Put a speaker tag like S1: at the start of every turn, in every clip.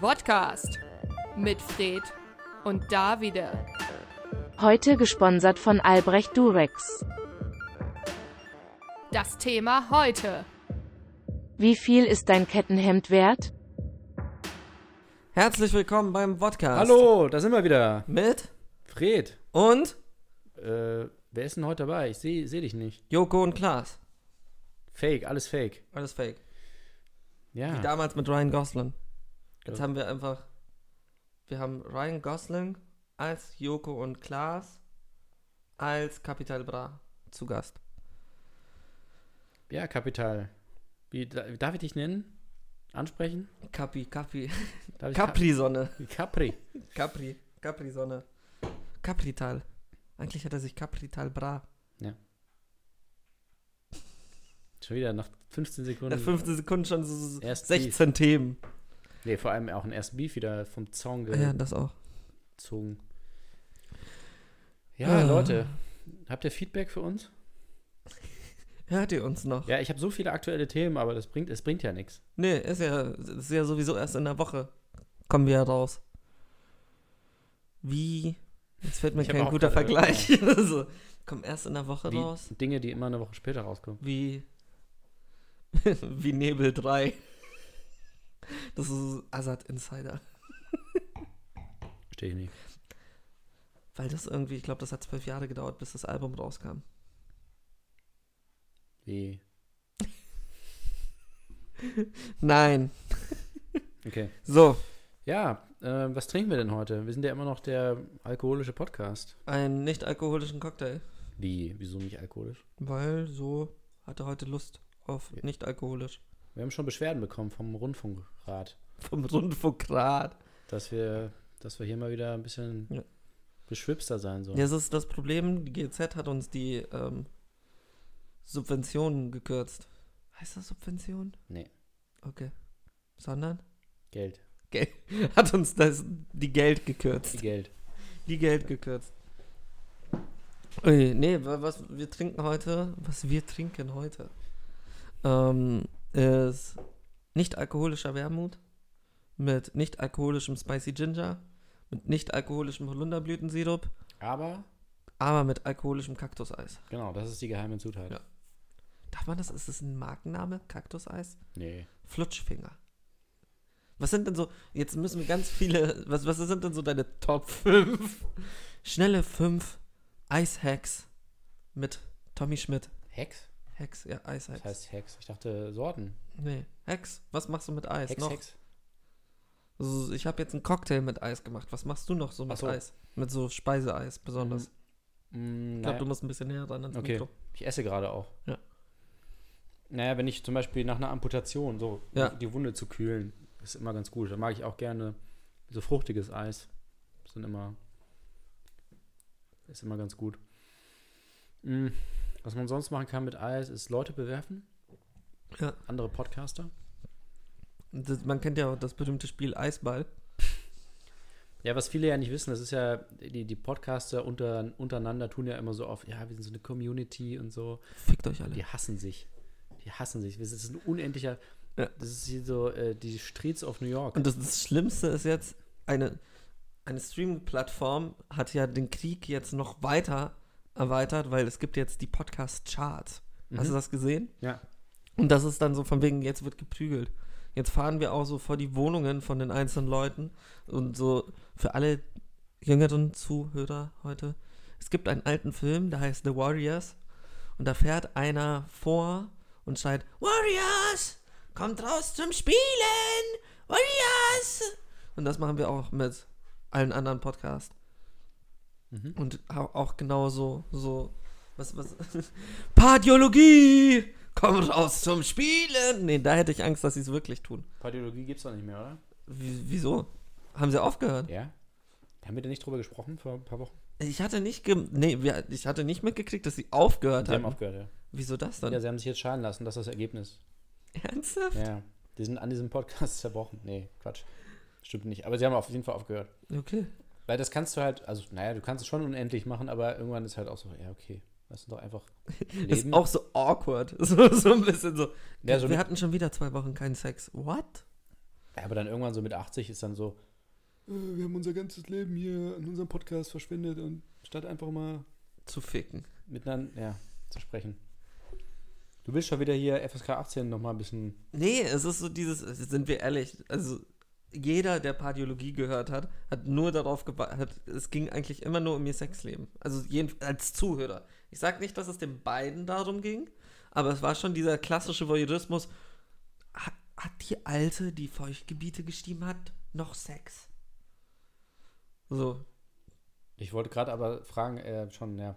S1: Podcast mit Fred und Davide.
S2: Heute gesponsert von Albrecht Durex.
S1: Das Thema heute.
S2: Wie viel ist dein Kettenhemd wert?
S3: Herzlich willkommen beim Podcast.
S4: Hallo, da sind wir wieder.
S3: Mit
S4: Fred,
S3: und
S4: äh, wer ist denn heute dabei? Ich sehe seh dich nicht.
S3: Joko und Klaas.
S4: Fake, alles fake.
S3: Alles fake. Wie
S4: Ja.
S3: damals mit Ryan Gosling. Jetzt
S4: Ah. Ja.
S3: haben wir einfach. Wir haben Ryan Gosling als Joko und Klaas als Capital Bra zu Gast.
S4: Ja, Kapital. Wie, da- darf ich dich nennen? Ansprechen?
S3: Capi, Capi.
S4: Darf ich
S3: Capri-Sonne.
S4: Ka Capri.
S3: Capri, Capri-Sonne. Caprital. Eigentlich hat er sich Caprital Bra.
S4: Schon wieder nach 15 Sekunden.
S3: Nach 15 Sekunden schon so so
S4: Erst
S3: 16 Themen.
S4: Nee, vor allem auch ein ersten Beef wieder vom Zaun
S3: Ah, Ja, das auch.
S4: gezogen. Ja,
S3: Ah.
S4: Leute. Habt ihr Feedback für uns?
S3: Hört ihr uns noch?
S4: Ja, ich habe so viele aktuelle Themen, aber das bringt, es bringt ja nichts.
S3: Nee, ist ja, ist ja sowieso erst in der Woche. Kommen wir ja raus. Wie? Jetzt fällt mir
S4: Ich hab
S3: kein
S4: auch
S3: guter
S4: gerade-
S3: Vergleich. so, kommen erst in der Woche
S4: Wie
S3: raus.
S4: Dinge, die immer eine Woche später rauskommen.
S3: Wie. wie Nebel 3. Das ist Assad Insider.
S4: Verstehe ich nicht.
S3: Weil das irgendwie, ich glaube, das hat zwölf Jahre gedauert, bis das Album rauskam.
S4: Wie?
S3: Nein.
S4: Okay.
S3: So,
S4: Ja, ähm, was trinken wir denn heute? Wir sind ja immer noch der alkoholische Podcast.
S3: einen nicht-alkoholischen Cocktail.
S4: Wie? Wieso nicht alkoholisch?
S3: Weil so hatte heute Lust auf nicht-alkoholisch.
S4: Wir haben schon Beschwerden bekommen vom Rundfunkrat,
S3: Vom Rundfunkrat.
S4: dass wir, dass wir hier mal wieder ein bisschen
S3: Ja.
S4: beschwipster sein sollen.
S3: Ja, das ist das Problem. Die GZ hat uns die ähm, Subventionen gekürzt. Heißt das Subvention?
S4: Nee.
S3: Okay. Sondern?
S4: Geld.
S3: Hat uns das, die Geld
S4: Viel
S3: gekürzt.
S4: Geld.
S3: Die Geld gekürzt. Ui, nee, wa- was wir trinken heute, was wir trinken heute, ähm, ist nicht-alkoholischer Wermut mit nicht-alkoholischem Spicy Ginger, mit nicht-alkoholischem Holunderblütensirup,
S4: Aber,
S3: aber mit alkoholischem Kaktuseis.
S4: genau, das ist die geheime Zutat.
S3: Ja. Darf man das? Ist das ein Markenname? Kaktuseis?
S4: Nee.
S3: Flutschfinger. Was sind denn so, jetzt müssen wir ganz viele, was, was sind denn so deine Top 5? Schnelle 5 Eishacks mit Tommy Schmidt.
S4: Hex?
S3: Hex, ja, Eishacks.
S4: Das heißt Hex. Ich dachte Sorten.
S3: nee, Hex, was machst du mit Eis
S4: Hex,
S3: noch?
S4: Hex.
S3: So, ich habe jetzt einen Cocktail mit Eis gemacht. Was machst du noch so mit
S4: Ach so.
S3: Eis? Mit so Speiseeis besonders.
S4: Mm,
S3: Ich
S4: naja.
S3: glaube, du musst ein bisschen näher ran ans
S4: Okay.
S3: Mikro.
S4: Ich esse gerade auch.
S3: Ja.
S4: Naja, wenn ich zum Beispiel nach einer Amputation so
S3: Ja.
S4: die Wunde zu kühlen, ist immer ganz gut. Da mag ich auch gerne so fruchtiges Eis. Sind immer ist immer ganz gut. Mm, Was man sonst machen kann mit Eis, ist Leute bewerfen.
S3: Ja.
S4: Andere Podcaster.
S3: Das, man kennt ja das berühmte Spiel Eisball.
S4: Ja, was viele ja nicht wissen, das ist ja, die, die Podcaster unter, untereinander tun ja immer so auf, ja, wir sind so eine Community und so.
S3: Fickt euch alle.
S4: Die hassen sich. Die hassen sich. Das ist ein unendlicher.
S3: Ja.
S4: Das ist hier so äh, die Streets of New York.
S3: Und das, das Schlimmste ist jetzt, eine, eine Streaming-Plattform hat ja den Krieg jetzt noch weiter erweitert, weil es gibt jetzt die Podcast-Charts. Hast du das gesehen?
S4: Ja.
S3: Und das ist dann so von wegen, jetzt wird geprügelt. Jetzt fahren wir auch so vor die Wohnungen von den einzelnen Leuten und so für alle jüngeren Zuhörer heute. Es gibt einen alten Film, der heißt The Warriors und da fährt einer vor und schreit Warriors, kommt raus zum Spielen, Warriors. Und das machen wir auch mit allen anderen Podcasts.
S4: Mhm.
S3: Und au- auch genauso so was was Pardiologie! Komm raus zum Spielen! Nee, da hätte ich Angst, dass sie es wirklich tun.
S4: Kardiologie gibt es doch nicht mehr, oder?
S3: W wieso? Haben sie aufgehört?
S4: Ja. Haben wir da nicht drüber gesprochen vor ein paar Wochen?
S3: Ich hatte nicht ge nee, wir, ich hatte nicht mitgekriegt, dass sie aufgehört
S4: Sie haben
S3: haben.
S4: aufgehört,
S3: Wieso das
S4: ja.
S3: dann?
S4: ja. Sie haben sich jetzt schalen lassen, das ist das Ergebnis.
S3: Ernsthaft?
S4: Ja. Die sind an diesem Podcast zerbrochen. Nee, Quatsch. Stimmt nicht. Aber sie haben auf jeden Fall aufgehört.
S3: Okay.
S4: Weil das kannst du halt, also naja, du kannst es schon unendlich machen, aber irgendwann ist halt auch so, ja, okay. Lass uns doch einfach leben.
S3: Ist auch so awkward. So, so ein bisschen so.
S4: ja, so
S3: wir
S4: mit,
S3: hatten schon wieder zwei Wochen keinen Sex. What?
S4: ja, Ja, aber dann irgendwann so mit 80 ist dann so, äh, wir haben unser ganzes Leben hier in unserem Podcast verschwendet und statt einfach mal
S3: Zu ficken.
S4: miteinander ja, zu sprechen. Du willst schon wieder hier FSK 18 nochmal ein bisschen.
S3: Nee, es ist so dieses, sind wir ehrlich, also jeder, der Pardiologie gehört hat, hat nur darauf gewartet, es ging eigentlich immer nur um ihr Sexleben. Also jeden, als Zuhörer. Ich sag nicht, dass es den beiden darum ging, aber es war schon dieser klassische Voyeurismus. Hat, hat die Alte, die Feuchtgebiete gestiegen hat, noch Sex? So,
S4: Ich wollte gerade aber fragen, äh, schon, ja.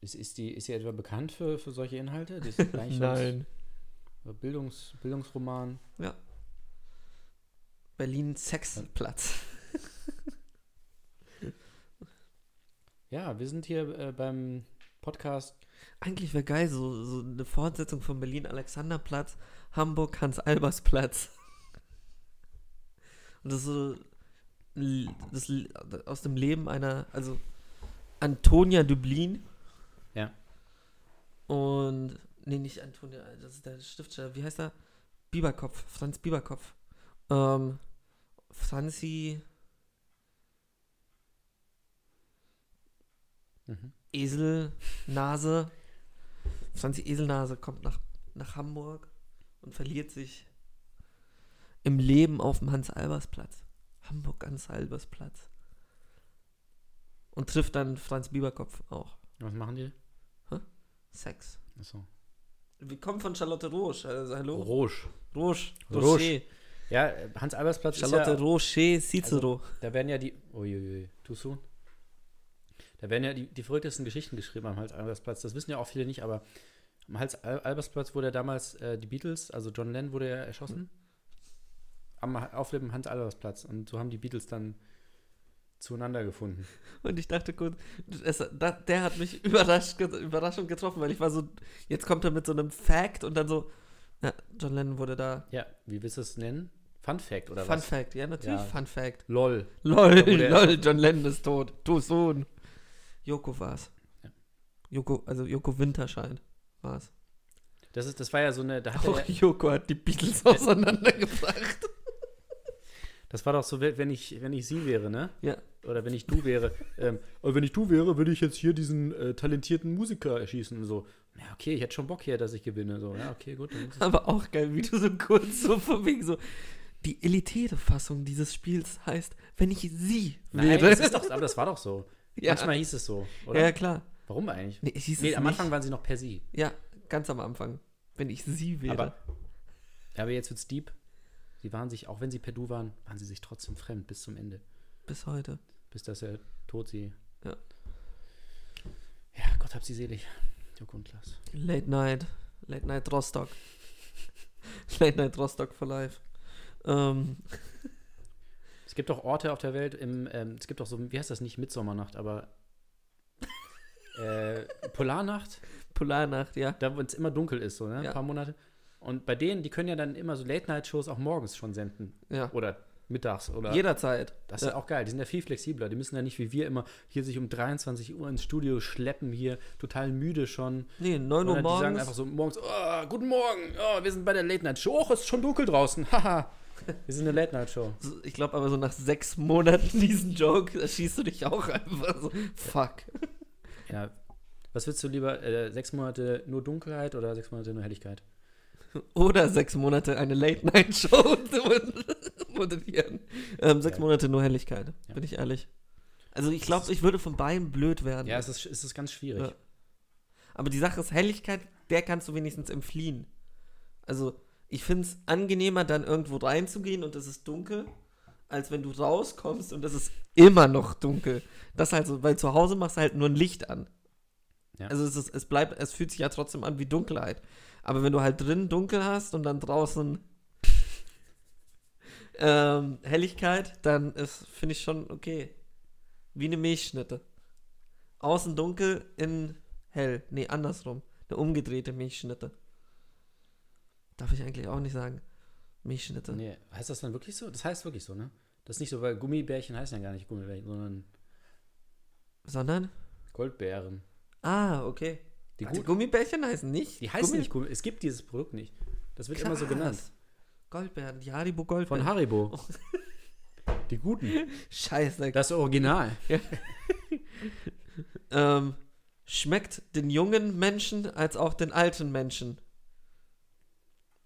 S4: Ist, ist, die, ist sie etwa bekannt für, für solche Inhalte? Das ist eigentlich so ein Bildungs, Bildungsroman.
S3: Berlin Sexplatz.
S4: Ja, wir sind hier äh, beim Podcast
S3: Eigentlich wäre geil, so, so eine Fortsetzung von Berlin Alexanderplatz, Hamburg Hans-Albers-Platz. Und das ist so l- das, l- aus dem Leben einer, also Antonia Dublin.
S4: Ja.
S3: Und, nee, nicht Antonia, das ist der Stiftsteller, wie heißt er? Bieberkopf, Franz Bieberkopf. Ähm, Franzi
S4: Mhm.
S3: Eselnase. Franzi Eselnase kommt nach, nach Hamburg und verliert sich im Leben auf dem Hans-Albers-Platz. Hamburg-Hans-Albers-Platz. Und trifft dann Franz Bieberkopf auch.
S4: Was machen die?
S3: Sex.
S4: Achso.
S3: Wir kommen von Charlotte Roche. Also, hallo?
S4: Roche.
S3: Roche.
S4: Roche.
S3: Roche.
S4: Ja, äh, Hans-Albers-Platz ist
S3: Charlotte
S4: ja, Also-
S3: Roche Cicero.
S4: Da werden ja die. Uiuiui, too soon. Da werden ja die, die verrücktesten Geschichten geschrieben am Hals-Albers-Platz. Das wissen ja auch viele nicht, aber am Hals-Albers-Platz wurde ja damals äh, die Beatles, also John Lennon, wurde ja erschossen. Am Ha- auf dem Hans-Albers-Platz. Und so haben die Beatles dann zueinander gefunden.
S3: Und ich dachte kurz, es, da, der hat mich überrascht, ge- überraschend getroffen, weil ich war so, jetzt kommt er mit so einem Fact und dann so, ja, John Lennon wurde da
S4: Ja, wie willst du es nennen? Fun Fact oder
S3: Fun
S4: was?
S3: Fact, ja, natürlich
S4: Ja.
S3: Fun Fact.
S4: LOL.
S3: LOL,
S4: wurde er-
S3: LOL, John Lennon ist tot. Du Sohn. Joko war's.
S4: Ja.
S3: Joko, also Joko Winterscheid war's.
S4: Das, ist, das war ja so eine. Da hat
S3: Auch
S4: er,
S3: Joko hat die Beatles auseinandergebracht.
S4: das war doch so, wenn ich, wenn ich sie wäre, ne?
S3: Ja,
S4: Oder wenn ich du wäre. ähm, und wenn ich du wäre, würde ich jetzt hier diesen äh, talentierten Musiker erschießen und so. Ja, okay, ich hätte schon Bock hier, dass ich gewinne. So, ja, okay, gut. Dann ist es-
S3: aber auch geil, wie du so kurz so von wegen so. Die elitäre Fassung dieses Spiels heißt, wenn ich sie
S4: Nein,
S3: wäre.
S4: das ist doch, aber das war doch so.
S3: Ja.
S4: Manchmal hieß es so, oder?
S3: Ja, klar.
S4: Warum eigentlich? Nee,
S3: Nee, es hieß es
S4: am
S3: nicht.
S4: Anfang waren sie noch per sie.
S3: Ja, ganz am Anfang. Wenn ich sie wäre.
S4: Aber, aber jetzt wird's deep. Sie waren sich, auch wenn sie per du waren, waren sie sich trotzdem fremd bis zum Ende.
S3: bis heute.
S4: Bis dass er tot sie.
S3: Ja.
S4: Ja, Gott hab sie selig. Joko und Klaas.
S3: Late Night. Late Night Rostock. Late Night Rostock for Life. Ähm,
S4: Es gibt doch Orte auf der Welt, im, ähm, es gibt doch so, wie heißt das nicht, Mitsommernacht, aber äh, Polarnacht,
S3: Polarnacht, ja.
S4: da wo es immer dunkel ist, so, ne?
S3: Ja.
S4: Ein paar Monate. Und bei denen, die können ja dann immer so Late-Night-Shows auch morgens schon senden.
S3: ja.
S4: Oder mittags oder.
S3: Jederzeit.
S4: das ist ja auch geil. Die sind ja viel flexibler. Die müssen ja nicht wie wir immer hier sich um 23 Uhr ins Studio schleppen, hier total müde schon.
S3: Nee, 9 Uhr
S4: Sondern die sagen
S3: morgens.
S4: einfach so morgens, oh, guten Morgen, oh, wir sind bei der Late-Night-Show. Och, es ist schon dunkel draußen. Haha. wir sind eine Late-Night-Show.
S3: So, ich glaube aber so nach sechs Monaten diesen Joke, da schießt du dich auch einfach so. Fuck.
S4: Ja. Was willst du lieber? Äh, sechs Monate nur Dunkelheit oder sechs Monate nur Helligkeit?
S3: Oder sechs Monate eine Late-Night-Show zu mod- moderieren. Ähm, sechs
S4: Ja.
S3: Monate nur Helligkeit,
S4: Ja.
S3: bin ich ehrlich. Also ich glaube, ich würde von beiden blöd werden.
S4: Ja, es ist, es ist ganz schwierig.
S3: Ja. Aber die Sache ist, Helligkeit, der kannst du wenigstens entfliehen. Also, ich finde es angenehmer, dann irgendwo reinzugehen und es ist dunkel, als wenn du rauskommst und es ist immer noch dunkel. Das halt so, weil zu Hause machst du halt nur ein Licht an.
S4: Ja.
S3: Also es, ist, es bleibt, es fühlt sich ja trotzdem an wie Dunkelheit. Aber wenn du halt drin dunkel hast und dann draußen ähm, Helligkeit, dann ist, finde ich schon okay. Wie eine Milchschnitte. Außen dunkel, innen hell. Nee, andersrum. Eine umgedrehte Milchschnitte. Darf ich eigentlich auch nicht sagen. Milchschnitte.
S4: Nee, heißt das dann wirklich so? Das heißt wirklich so, ne? Das ist nicht so, weil Gummibärchen heißen ja gar nicht Gummibärchen, sondern
S3: Sondern?
S4: Goldbären.
S3: Ah, okay.
S4: Die
S3: Die, die
S4: Gu-
S3: Gummibärchen heißen nicht?
S4: Die heißen
S3: Gummi-
S4: nicht Gummibärchen. Es gibt dieses Produkt nicht. Das wird immer so
S3: Krass.
S4: genannt.
S3: Goldbeeren, die Haribo Goldbeeren.
S4: Von Haribo.
S3: Oh.
S4: Die guten.
S3: Scheiße.
S4: Das Original.
S3: Ähm, schmeckt den jungen Menschen als auch den alten Menschen.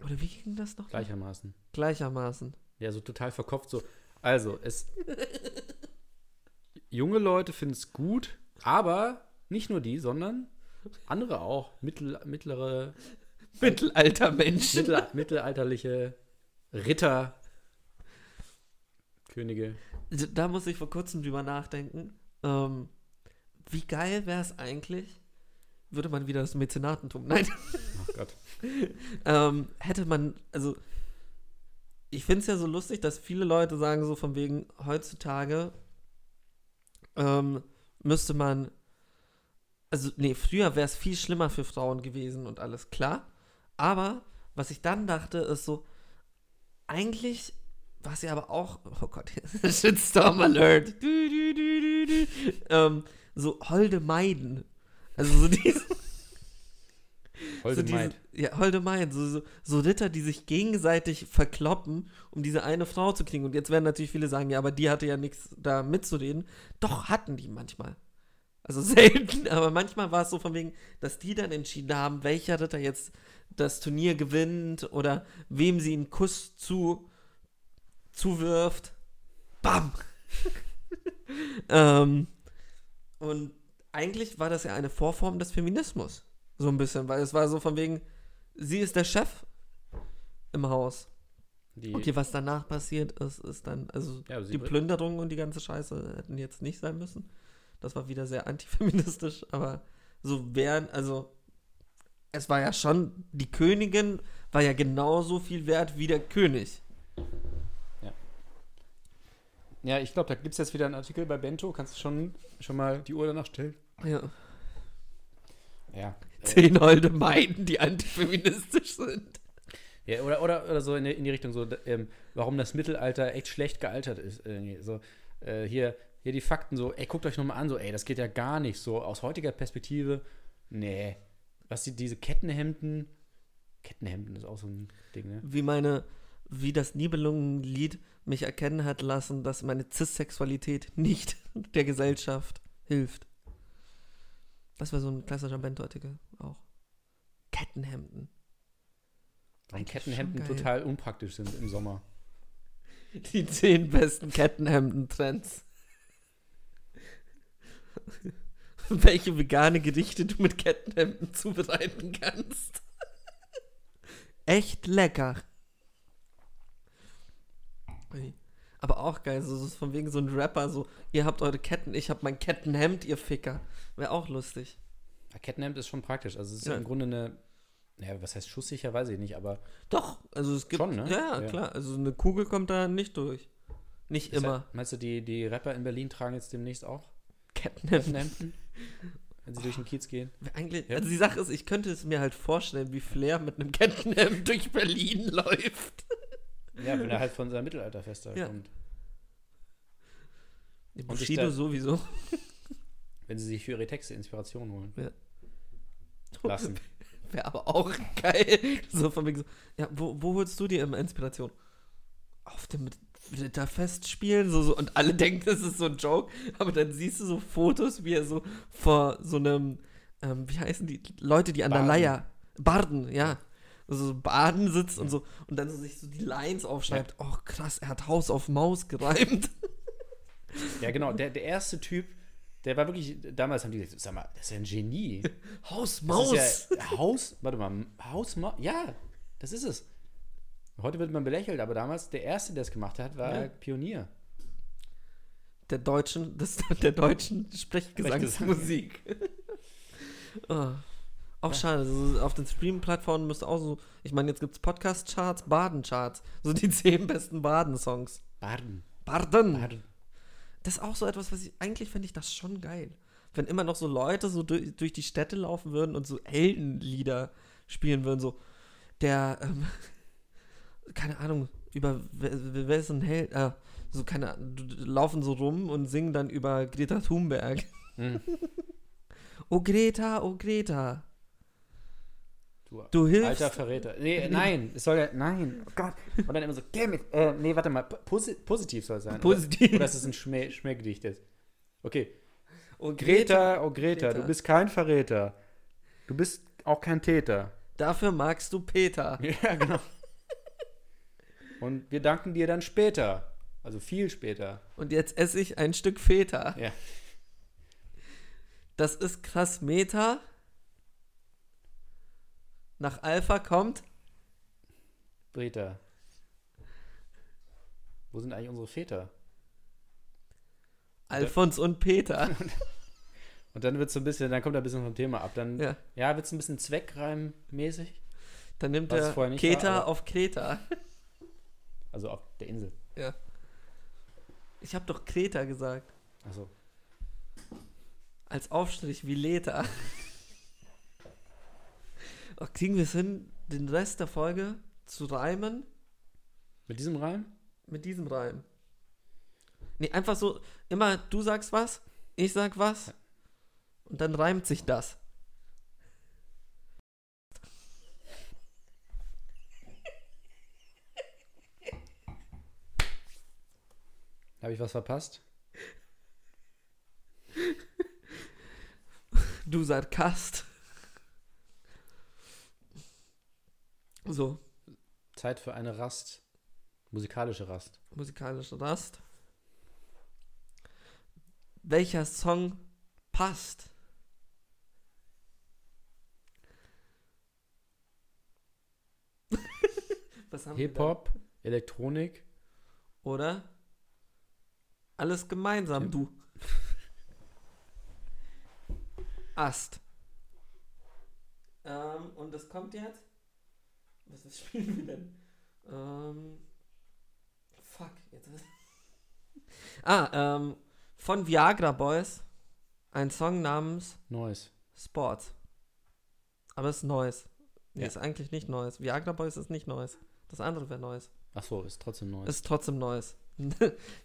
S3: Oder wie ging das noch?
S4: Gleichermaßen.
S3: Gleichermaßen.
S4: Ja, so total verkopft. So. Also, es. Junge Leute finden es gut, aber nicht nur die, sondern andere auch. Mittel, mittlere,
S3: Mittelalter Menschen.
S4: mittel, mittelalterliche Ritter, Könige.
S3: also Da muss ich vor kurzem drüber nachdenken. Ähm, wie geil wäre es eigentlich, würde man wieder das Mäzenatentum, nein,
S4: Ach Oh Gott.
S3: ähm, hätte man, also ich finde es ja so lustig, dass viele Leute sagen so von wegen, heutzutage ähm, müsste man, also nee, früher wäre es viel schlimmer für Frauen gewesen und alles klar, aber was ich dann dachte, ist so, eigentlich was ja aber auch, oh Gott, Shitstorm Alert, du, du, du, du, du. Ähm, so holde Meiden, also so diese,
S4: Holde
S3: so diese,
S4: Maid.
S3: Ja, holde Maid. So, so, so Ritter, die sich gegenseitig verkloppen, um diese eine Frau zu kriegen. Und jetzt werden natürlich viele sagen, ja, aber die hatte ja nichts da mitzureden. Doch hatten die manchmal. Also selten, aber manchmal war es so von wegen, dass die dann entschieden haben, welcher Ritter jetzt das Turnier gewinnt oder wem sie einen Kuss zu, zuwirft. Bam! ähm, und eigentlich war das ja eine Vorform des Feminismus. So ein bisschen, weil es war so von wegen, sie ist der Chef im Haus.
S4: Die,
S3: Okay, was danach passiert ist, ist dann, also
S4: Ja, aber sie
S3: die
S4: bringt-
S3: Plünderung und die ganze Scheiße hätten jetzt nicht sein müssen. Das war wieder sehr antifeministisch, aber so wären, also es war ja schon, die Königin war ja genauso viel wert wie der König.
S4: Ja, ich glaube, da gibt es jetzt wieder einen Artikel bei Bento. Kannst du schon, schon mal die Uhr danach stellen?
S3: Ja.
S4: Ja.
S3: Zehn holde Meiden, die antifeministisch sind.
S4: Ja, oder, oder, oder so in, die- in die Richtung, so, d- ähm, warum das Mittelalter echt schlecht gealtert ist. Irgendwie. So, äh, hier, hier die Fakten so, ey, guckt euch nochmal an, so, ey, das geht ja gar nicht. So, aus heutiger Perspektive, nee. Was die, diese Kettenhemden, Kettenhemden ist auch so ein Ding, ne?
S3: Wie meine, wie das Nibelungenlied mich erkennen hat lassen, dass meine Cissexualität nicht der Gesellschaft hilft. Das wäre so ein klassischer Bento-Artikel auch. Kettenhemden.
S4: Warum
S3: Eigentlich
S4: Kettenhemden
S3: schon geil.
S4: total unpraktisch sind im Sommer.
S3: Die zehn besten Kettenhemden-Trends. Welche vegane Gerichte du mit Kettenhemden zubereiten kannst. Echt lecker. Ui. Aber auch geil, so, so von wegen so ein Rapper, so, ihr habt eure Ketten, ich hab mein Kettenhemd, ihr Ficker. Wäre auch lustig.
S4: Ja, Kettenhemd ist schon praktisch. Also, es ist
S3: Ja.
S4: im Grunde eine, naja, was heißt schusssicher, weiß ich nicht, aber
S3: Doch, also es gibt.
S4: Schon, ne?
S3: ja,
S4: Ja.
S3: klar. Also eine Kugel kommt da nicht durch. Nicht
S4: Ist
S3: immer.
S4: Ja, meinst du, die, die Rapper in Berlin tragen jetzt demnächst auch
S3: Kettenhemden.
S4: Kettenhemden? wenn sie durch den Kiez gehen?
S3: Eigentlich,
S4: Ja.
S3: also die Sache ist, ich könnte es mir halt vorstellen, wie Flair mit einem Kettenhemd durch Berlin läuft.
S4: Ja, wenn er halt von seinem Mittelalterfest da
S3: Ja.
S4: kommt.
S3: Bushido
S4: da-
S3: sowieso.
S4: Wenn sie sich für ihre Texte Inspiration holen.
S3: Ja.
S4: Lassen.
S3: Wäre aber auch geil. So von wegen so, ja, wo, wo holst du dir immer Inspiration? Auf dem Ritterfest spielen, so, so, und alle denken, das ist so ein Joke, aber dann siehst du so Fotos, wie er so vor so einem, ähm, wie heißen die Leute, die an
S4: Barden.
S3: der Leier, Barden, ja, so, so Baden sitzt und so, und dann so sich so die Lines aufschreibt, oh krass, er hat Haus auf Maus gereimt.
S4: Ja, genau. Der, der erste Typ, der war wirklich, damals haben die gesagt, sag mal, das ist ja ein Genie.
S3: Haus
S4: Das
S3: Maus.
S4: ist ja Haus, warte mal, Haus, Ma- ja, das ist es. Heute wird man belächelt, aber damals, der erste, der es gemacht hat, war
S3: Ja.
S4: Pionier.
S3: der deutschen, das, der deutschen Sprechgesangsmusik. oh. Auch schade, so auf den Streaming-Plattformen müsste auch so, ich meine, jetzt gibt's Podcast-Charts, Baden-Charts, so die zehn besten Baden-Songs.
S4: Baden.
S3: Baden.
S4: Baden.
S3: Das ist auch so etwas, was ich, eigentlich fände ich das schon geil. Wenn immer noch so Leute so durch, durch die Städte laufen würden und so Heldenlieder spielen würden, so der, ähm, keine Ahnung, über we- we- wessen Held, äh, so keine Ahnung, d- d- laufen so rum und singen dann über Greta
S4: Hm.
S3: Thunberg.
S4: Mhm.
S3: oh Greta, oh Greta.
S4: Tour.
S3: Du hilfst.
S4: Alter Verräter. Nee, nein, es soll ja, nein, oh Gott. Und dann immer so, damn it, äh, nee, warte mal, p- posi positiv soll es sein.
S3: Positiv.
S4: Oder, oder ist es ein Schmäh, Schmähgedicht jetzt? Okay.
S3: Und
S4: Greta, oh Greta,
S3: Greta.
S4: du bist kein Verräter. Du bist auch kein Täter.
S3: Dafür magst du Peter.
S4: Ja, genau. Und wir danken dir dann später. Also viel später.
S3: Und jetzt esse ich ein Stück Feta.
S4: Ja.
S3: Das ist krass Meta. Nach Alpha kommt.
S4: Breta. Wo sind eigentlich unsere Väter?
S3: Alfons und Peter.
S4: Und dann wird so ein bisschen, dann kommt er ein bisschen vom Thema ab. Dann, ja,
S3: Ja.
S4: wird es ein bisschen zweckreimmäßig.
S3: Dann nimmt
S4: Was
S3: er
S4: vorher nicht
S3: Keta
S4: war, aber-
S3: auf Kreta.
S4: Also auf der Insel.
S3: Ja. Ich habe doch Kreta gesagt.
S4: Also
S3: Als Aufstrich wie Leta. Oh, kriegen wir es hin, den Rest der Folge zu reimen
S4: mit diesem Reim?
S3: mit diesem Reim? Nee, einfach so, immer du sagst was, ich sag was und dann reimt sich das.
S4: Habe ich was verpasst?
S3: Du Sarkast. So,
S4: Zeit für eine Rast. Musikalische Rast.
S3: musikalische Rast. Welcher Song passt? Was
S4: Oh,
S3: haben wir da?
S4: Hip-Hop, Elektronik.
S3: Oder? Alles gemeinsam,
S4: Tim.
S3: du. Ast. Ähm, und das kommt jetzt? Was was spielen wir denn? Ähm, fuck, jetzt ist. Ah, ähm, von Viagra Boys ein Song namens
S4: Neues.
S3: Sports. Aber es ist Neues. Nee,
S4: Ja.
S3: ist eigentlich nicht Neues. Viagra Boys ist nicht Neues. Das andere wäre Neues.
S4: Ach so, ist trotzdem Neues.
S3: Ist trotzdem Neues.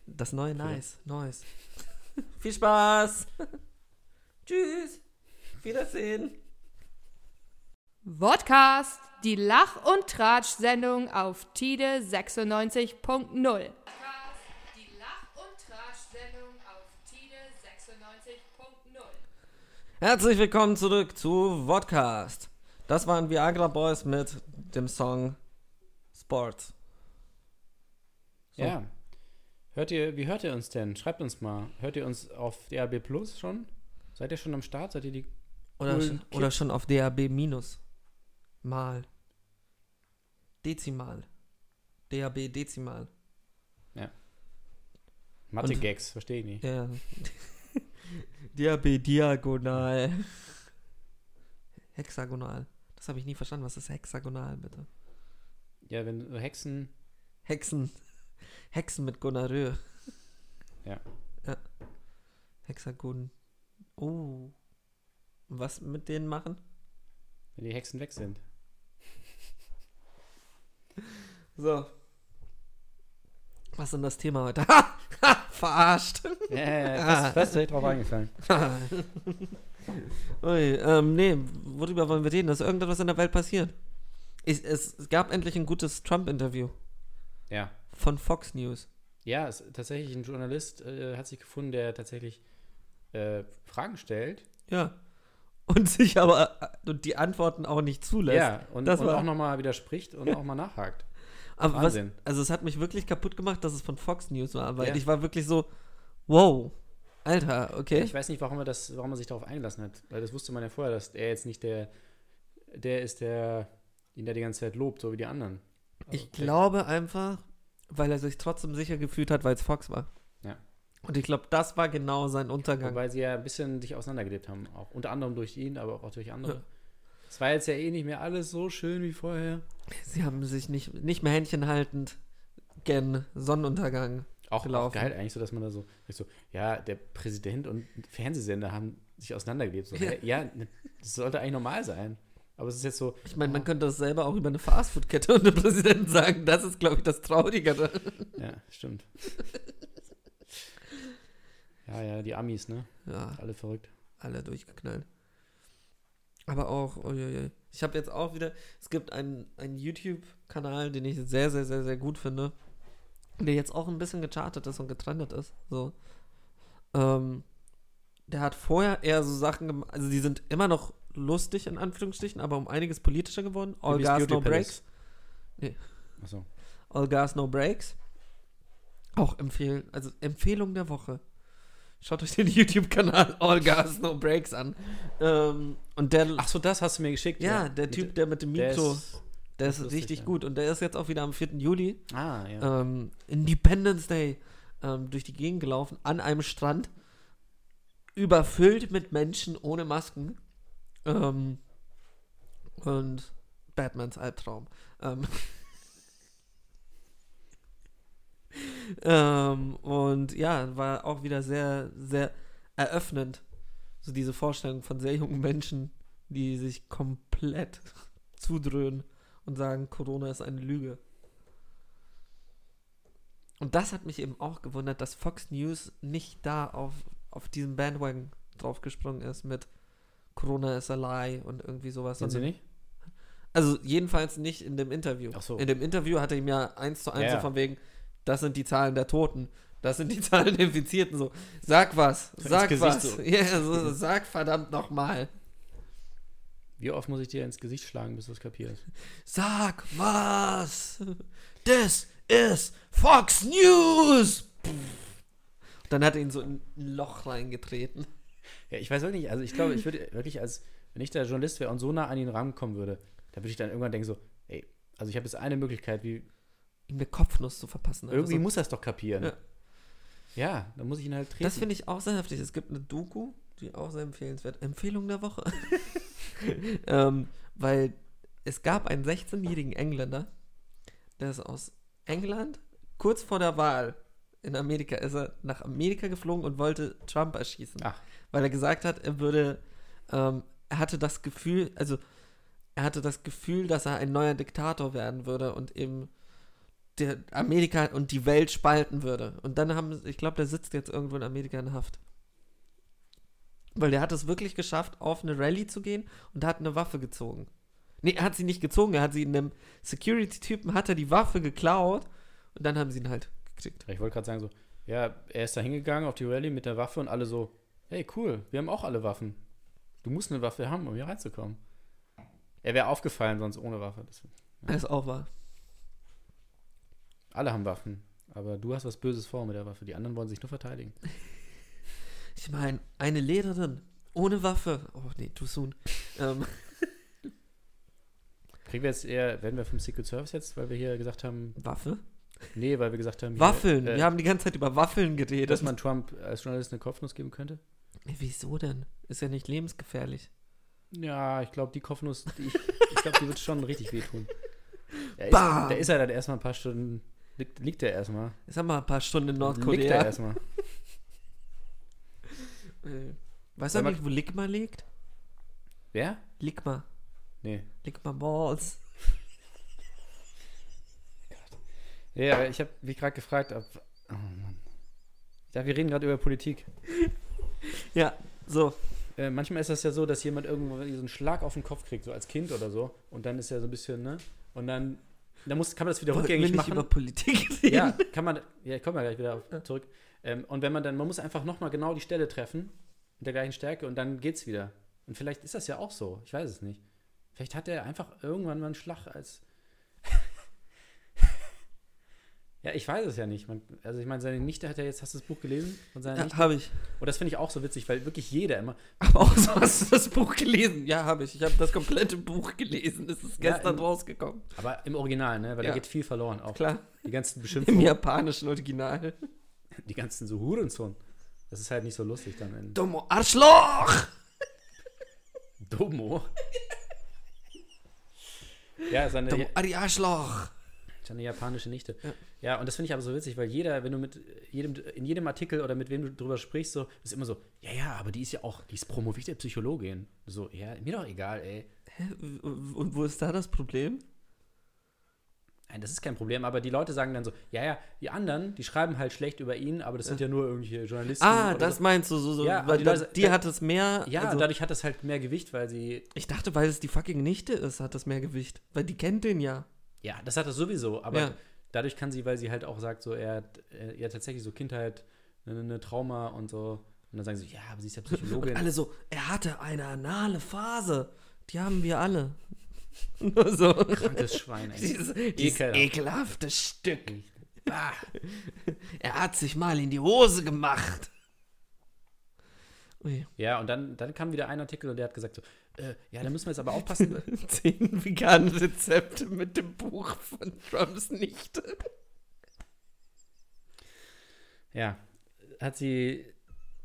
S3: Das neue Nice. Neues. Viel Spaß. Tschüss. Wiedersehen.
S1: Vodcast, die Lach- und Tratsch-Sendung auf Tide 96.0.
S3: Herzlich willkommen zurück zu Vodcast. Das waren Viagra Boys mit dem Song Sports. so.
S4: Ja. Hört ihr, wie hört ihr uns denn? Schreibt uns mal. Hört ihr uns auf DAB Plus schon? Seid ihr schon am Start? Seid ihr die.
S3: Oder,
S4: Coolen Kids.
S3: oder schon auf DAB minus. Mal. Dezimal. DAB Dezimal. Und-
S4: Mathe-Gags, verstehe ich nicht.
S3: Ja. DAB diagonal. Hexagonal. Das habe ich nie verstanden. Was ist hexagonal, bitte?
S4: Ja, wenn so Hexen.
S3: Hexen. Hexen mit Gonorrhoe.
S4: Ja.
S3: ja. Hexagon. Oh. Und Was mit denen machen?
S4: Wenn die Hexen weg sind.
S3: So. Was ist denn das Thema heute? Ha! Ha! Verarscht. Ah.
S4: Ja, fast direkt drauf eingefallen.
S3: Ui, ähm, nee, worüber wollen wir reden? Dass irgendetwas in der Welt passiert. Ich, es, es gab endlich ein gutes Trump-Interview
S4: Ja.
S3: von Fox News.
S4: Ja, es, tatsächlich ein Journalist äh, hat sich gefunden, der tatsächlich äh, Fragen stellt.
S3: Ja. Und sich aber äh, und die Antworten auch nicht zulässt.
S4: ja, und,
S3: das
S4: und
S3: war-
S4: auch nochmal widerspricht und auch mal nachhakt.
S3: aber was,
S4: Wahnsinn.
S3: also es hat mich wirklich kaputt gemacht, dass es von Fox News war, weil
S4: Ja.
S3: ich war wirklich so, wow, Alter, okay.
S4: Ich weiß nicht, warum er das, warum er sich darauf eingelassen hat. Weil das wusste man ja vorher, dass er jetzt nicht der, der ist, der ihn da die ganze Zeit lobt, so wie die anderen. Also
S3: Ich
S4: vielleicht-
S3: glaube einfach, weil er sich trotzdem sicher gefühlt hat, weil es Fox war.
S4: Ja.
S3: Und ich glaube, das war genau sein Untergang.
S4: Wobei sie ja ein bisschen sich auseinandergelebt haben. Auch unter anderem durch ihn, aber auch durch andere.
S3: Ja.
S4: Es war jetzt ja eh nicht mehr alles so schön wie vorher.
S3: Sie haben sich nicht, nicht mehr Händchen haltend gen Sonnenuntergang.
S4: Auch, auch
S3: gelaufen.
S4: geil eigentlich so, dass man da so, ich so, ja, der Präsident und Fernsehsender haben sich auseinandergelebt. So,
S3: Ja.
S4: ja. ja, ne, das sollte eigentlich normal sein. Aber es ist jetzt so,
S3: Ich meine, man könnte das selber auch über eine Fastfood-Kette und den Präsidenten sagen. Das ist, glaube ich, das Traurigere.
S4: ja, stimmt. ja, ja, die Amis, ne?
S3: Ja,
S4: Alle verrückt.
S3: alle durchgeknallt. Aber auch, uiuiui. ich habe jetzt auch wieder, es gibt einen, einen YouTube-Kanal, den ich sehr, sehr, sehr, sehr gut finde, der jetzt auch ein bisschen gechartet ist und getrendet ist. So. Ähm, der hat vorher eher so Sachen gemacht, also die sind immer noch lustig, in Anführungsstrichen, aber um einiges politischer geworden. All
S4: Wie
S3: Gas,
S4: Beauty
S3: No Breaks.
S4: Palace.
S3: Nee.
S4: Achso.
S3: All Gas, No Breaks. Auch empfehlen, also Empfehlung der Woche. Schaut euch den YouTube-Kanal All Gas, No Breaks an. Ähm, und der
S4: Achso, das hast du mir geschickt.
S3: ja, der
S4: Mit-
S3: Typ, der mit dem
S4: der
S3: Mikro,
S4: ist-
S3: der ist,
S4: lustig,
S3: richtig
S4: ja.
S3: gut. Und der ist jetzt auch wieder am 4. Juli,
S4: Ah, ja.
S3: ähm, Independence Day, ähm, durch die Gegend gelaufen, an einem Strand, überfüllt mit Menschen ohne Masken. Ähm, und Batmans Albtraum. Ähm, ähm, und ja, war auch wieder sehr, sehr eröffnend. So diese Vorstellung von sehr jungen Menschen, die sich komplett zudröhnen und sagen, Corona ist eine Lüge. Und das hat mich eben auch gewundert, dass Fox News nicht da auf, auf diesem Bandwagon draufgesprungen ist mit Corona is a lie und irgendwie sowas.
S4: Sind sie
S3: sondern-
S4: nicht?
S3: also jedenfalls nicht in dem Interview.
S4: Ach so.
S3: In dem Interview hatte ihm ja eins zu eins
S4: Ja,
S3: so
S4: ja.
S3: von wegen, das sind die Zahlen der Toten, das sind die Zahlen der Infizierten. So, sag was,
S4: ins
S3: sag
S4: Gesicht
S3: was.
S4: so.
S3: Ja, so, sag verdammt nochmal.
S4: Wie oft muss ich dir ins Gesicht schlagen, bis du es kapierst?
S3: Sag was. Das ist Fox News. Pff. Dann hat er ihn so in ein Loch reingetreten.
S4: Ja, ich weiß auch nicht. Also ich glaube, ich würde wirklich als, wenn ich da Journalist wäre und so nah an ihn rankommen würde, da würde ich dann irgendwann denken so, ey, also ich habe jetzt eine Möglichkeit, wie,
S3: Ihm eine Kopfnuss zu verpassen.
S4: irgendwie
S3: Also,
S4: muss er es doch kapieren.
S3: Ja.
S4: Ja. dann muss ich ihn halt treten.
S3: das finde ich auch sehr heftig. Es gibt eine Doku, die auch sehr empfehlenswert. Empfehlung der Woche. ähm, weil es gab einen 16-jährigen Engländer, der ist aus England kurz vor der Wahl in Amerika ist er nach Amerika geflogen und wollte Trump erschießen,
S4: Ach.
S3: weil er gesagt hat, er würde, ähm, er hatte das Gefühl, also er hatte das Gefühl, dass er ein neuer Diktator werden würde und eben der Amerika und die Welt spalten würde. Und dann haben, ich glaube, der sitzt jetzt irgendwo in Amerika in Haft. Weil der hat es wirklich geschafft, auf eine Rallye zu gehen und hat eine Waffe gezogen. Nee, er hat sie nicht gezogen, er hat sie in einem Security-Typen, hat er die Waffe geklaut und dann haben sie ihn halt gekriegt.
S4: Ich wollte gerade sagen so, ja, er ist da hingegangen auf die Rallye mit der Waffe und alle so, hey, cool, wir haben auch alle Waffen. Du musst eine Waffe haben, um hier reinzukommen. Er wäre aufgefallen sonst ohne Waffe. Das,
S3: Das ist auch wahr.
S4: alle haben Waffen, aber du hast was Böses vor mit der Waffe. Die anderen wollen sich nur verteidigen.
S3: Ich meine, eine Lehrerin ohne Waffe. Oh nee, too soon. Ähm,
S4: Kriegen wir jetzt eher, werden wir vom Secret Service jetzt, weil wir hier gesagt haben,
S3: Waffe?
S4: nee, weil wir gesagt haben, hier,
S3: Waffeln.
S4: äh,
S3: Wir haben die ganze Zeit über Waffeln geredet.
S4: dass man Trump als Journalist eine Kopfnuss geben könnte?
S3: Ey, Wieso denn? Ist ja nicht lebensgefährlich.
S4: Ja, ich glaube, die Kopfnuss, die ich, ich glaube, die wird schon richtig wehtun. Da ist,
S3: Bam!
S4: da ist er dann erstmal ein paar Stunden, liegt, liegt er erstmal.
S3: Jetzt haben wir ein paar Stunden in
S4: Liegt er
S3: Nordkorea.
S4: erstmal.
S3: Äh, Weißt du
S4: Sag mal-
S3: eigentlich, wo Ligma liegt?
S4: Wer?
S3: Ligma.
S4: Nee.
S3: Ligma Balls.
S4: Ja, aber ich habe mich gerade gefragt, ob. Oh Mann. Ich dachte, wir reden gerade über Politik.
S3: Ja, so.
S4: Äh, manchmal ist das ja so, dass jemand irgendwo so einen Schlag auf den Kopf kriegt, so als Kind oder so. Und dann ist er so ein bisschen, ne? Und dann, dann muss, kann man das wieder
S3: Wollten wir
S4: rückgängig
S3: nicht
S4: machen.
S3: über Politik reden?
S4: ja, kann man. Ja, ich komme ja gleich wieder auf, zurück. Ähm, und wenn man dann, man muss einfach nochmal genau die Stelle treffen, mit der gleichen Stärke, und dann geht's wieder. Und vielleicht ist das ja auch so. Ich weiß es nicht. Vielleicht hat er einfach irgendwann mal einen Schlag als. ja, ich weiß es ja nicht. Man, also ich meine, seine Nichte hat ja jetzt, hast du das Buch gelesen? Von seiner
S3: Ja,
S4: Nichte?
S3: habe ich.
S4: Und das finde ich auch so witzig, weil wirklich jeder immer.
S3: Aber auch so hast du das Buch gelesen. Ja, habe ich. Ich habe das komplette Buch gelesen. Es ist
S4: Ja,
S3: gestern
S4: im-
S3: rausgekommen.
S4: Aber im Original, ne? Weil
S3: Ja.
S4: da geht viel verloren auch.
S3: Klar.
S4: Die ganzen
S3: Im
S4: Beschimpfungen,
S3: japanischen Original.
S4: die ganzen so Hurensohn. Das ist halt nicht so lustig dann in
S3: Dummo Arschloch!
S4: Domo. ja, seine,
S3: Dummo Ari ah, Arschloch!
S4: seine japanische Nichte. Ja, und das finde ich aber so witzig, weil jeder, wenn du mit jedem, in jedem Artikel oder mit wem du drüber sprichst, so, ist immer so, ja, ja, aber die ist ja auch, die ist promovierte Psychologin. So, ja, mir doch egal, ey.
S3: Und wo ist da das Problem?
S4: Nein, das ist kein Problem, aber die Leute sagen dann so, ja, ja, die anderen, die schreiben halt schlecht über ihn, aber das sind ja nur irgendwelche Journalisten.
S3: Ah,
S4: oder
S3: das
S4: so.
S3: meinst du so. so
S4: Ja, aber
S3: weil
S4: die
S3: da-
S4: Leute-
S3: die
S4: da-
S3: hat es mehr.
S4: Ja,
S3: also,
S4: dadurch hat das halt mehr Gewicht, weil sie
S3: ich dachte, weil es die fucking Nichte ist, hat das mehr Gewicht. Weil die kennt den ja.
S4: Ja, das hat er sowieso, aber
S3: Ja.
S4: dadurch kann sie, weil sie halt auch sagt, so er hat äh, ja tatsächlich so Kindheit, ne, ne Trauma und so. Und dann sagen sie, ja, aber sie ist ja
S3: Und
S4: Psychologin.
S3: alle so, er hatte eine anale Phase. Die haben wir alle. Nur so.
S4: Krankes Schwein, ey.
S3: Dieses, dieses
S4: Ekelhaft.
S3: ekelhafte Stück. Ah. Er hat sich mal in die Hose gemacht. Ui.
S4: Ja, und dann, dann kam wieder ein Artikel und der hat gesagt so, äh, ja, da müssen wir jetzt aber aufpassen.
S3: Zehn vegane Rezepte mit dem Buch von Trumps Nichte.
S4: ja, hat sie,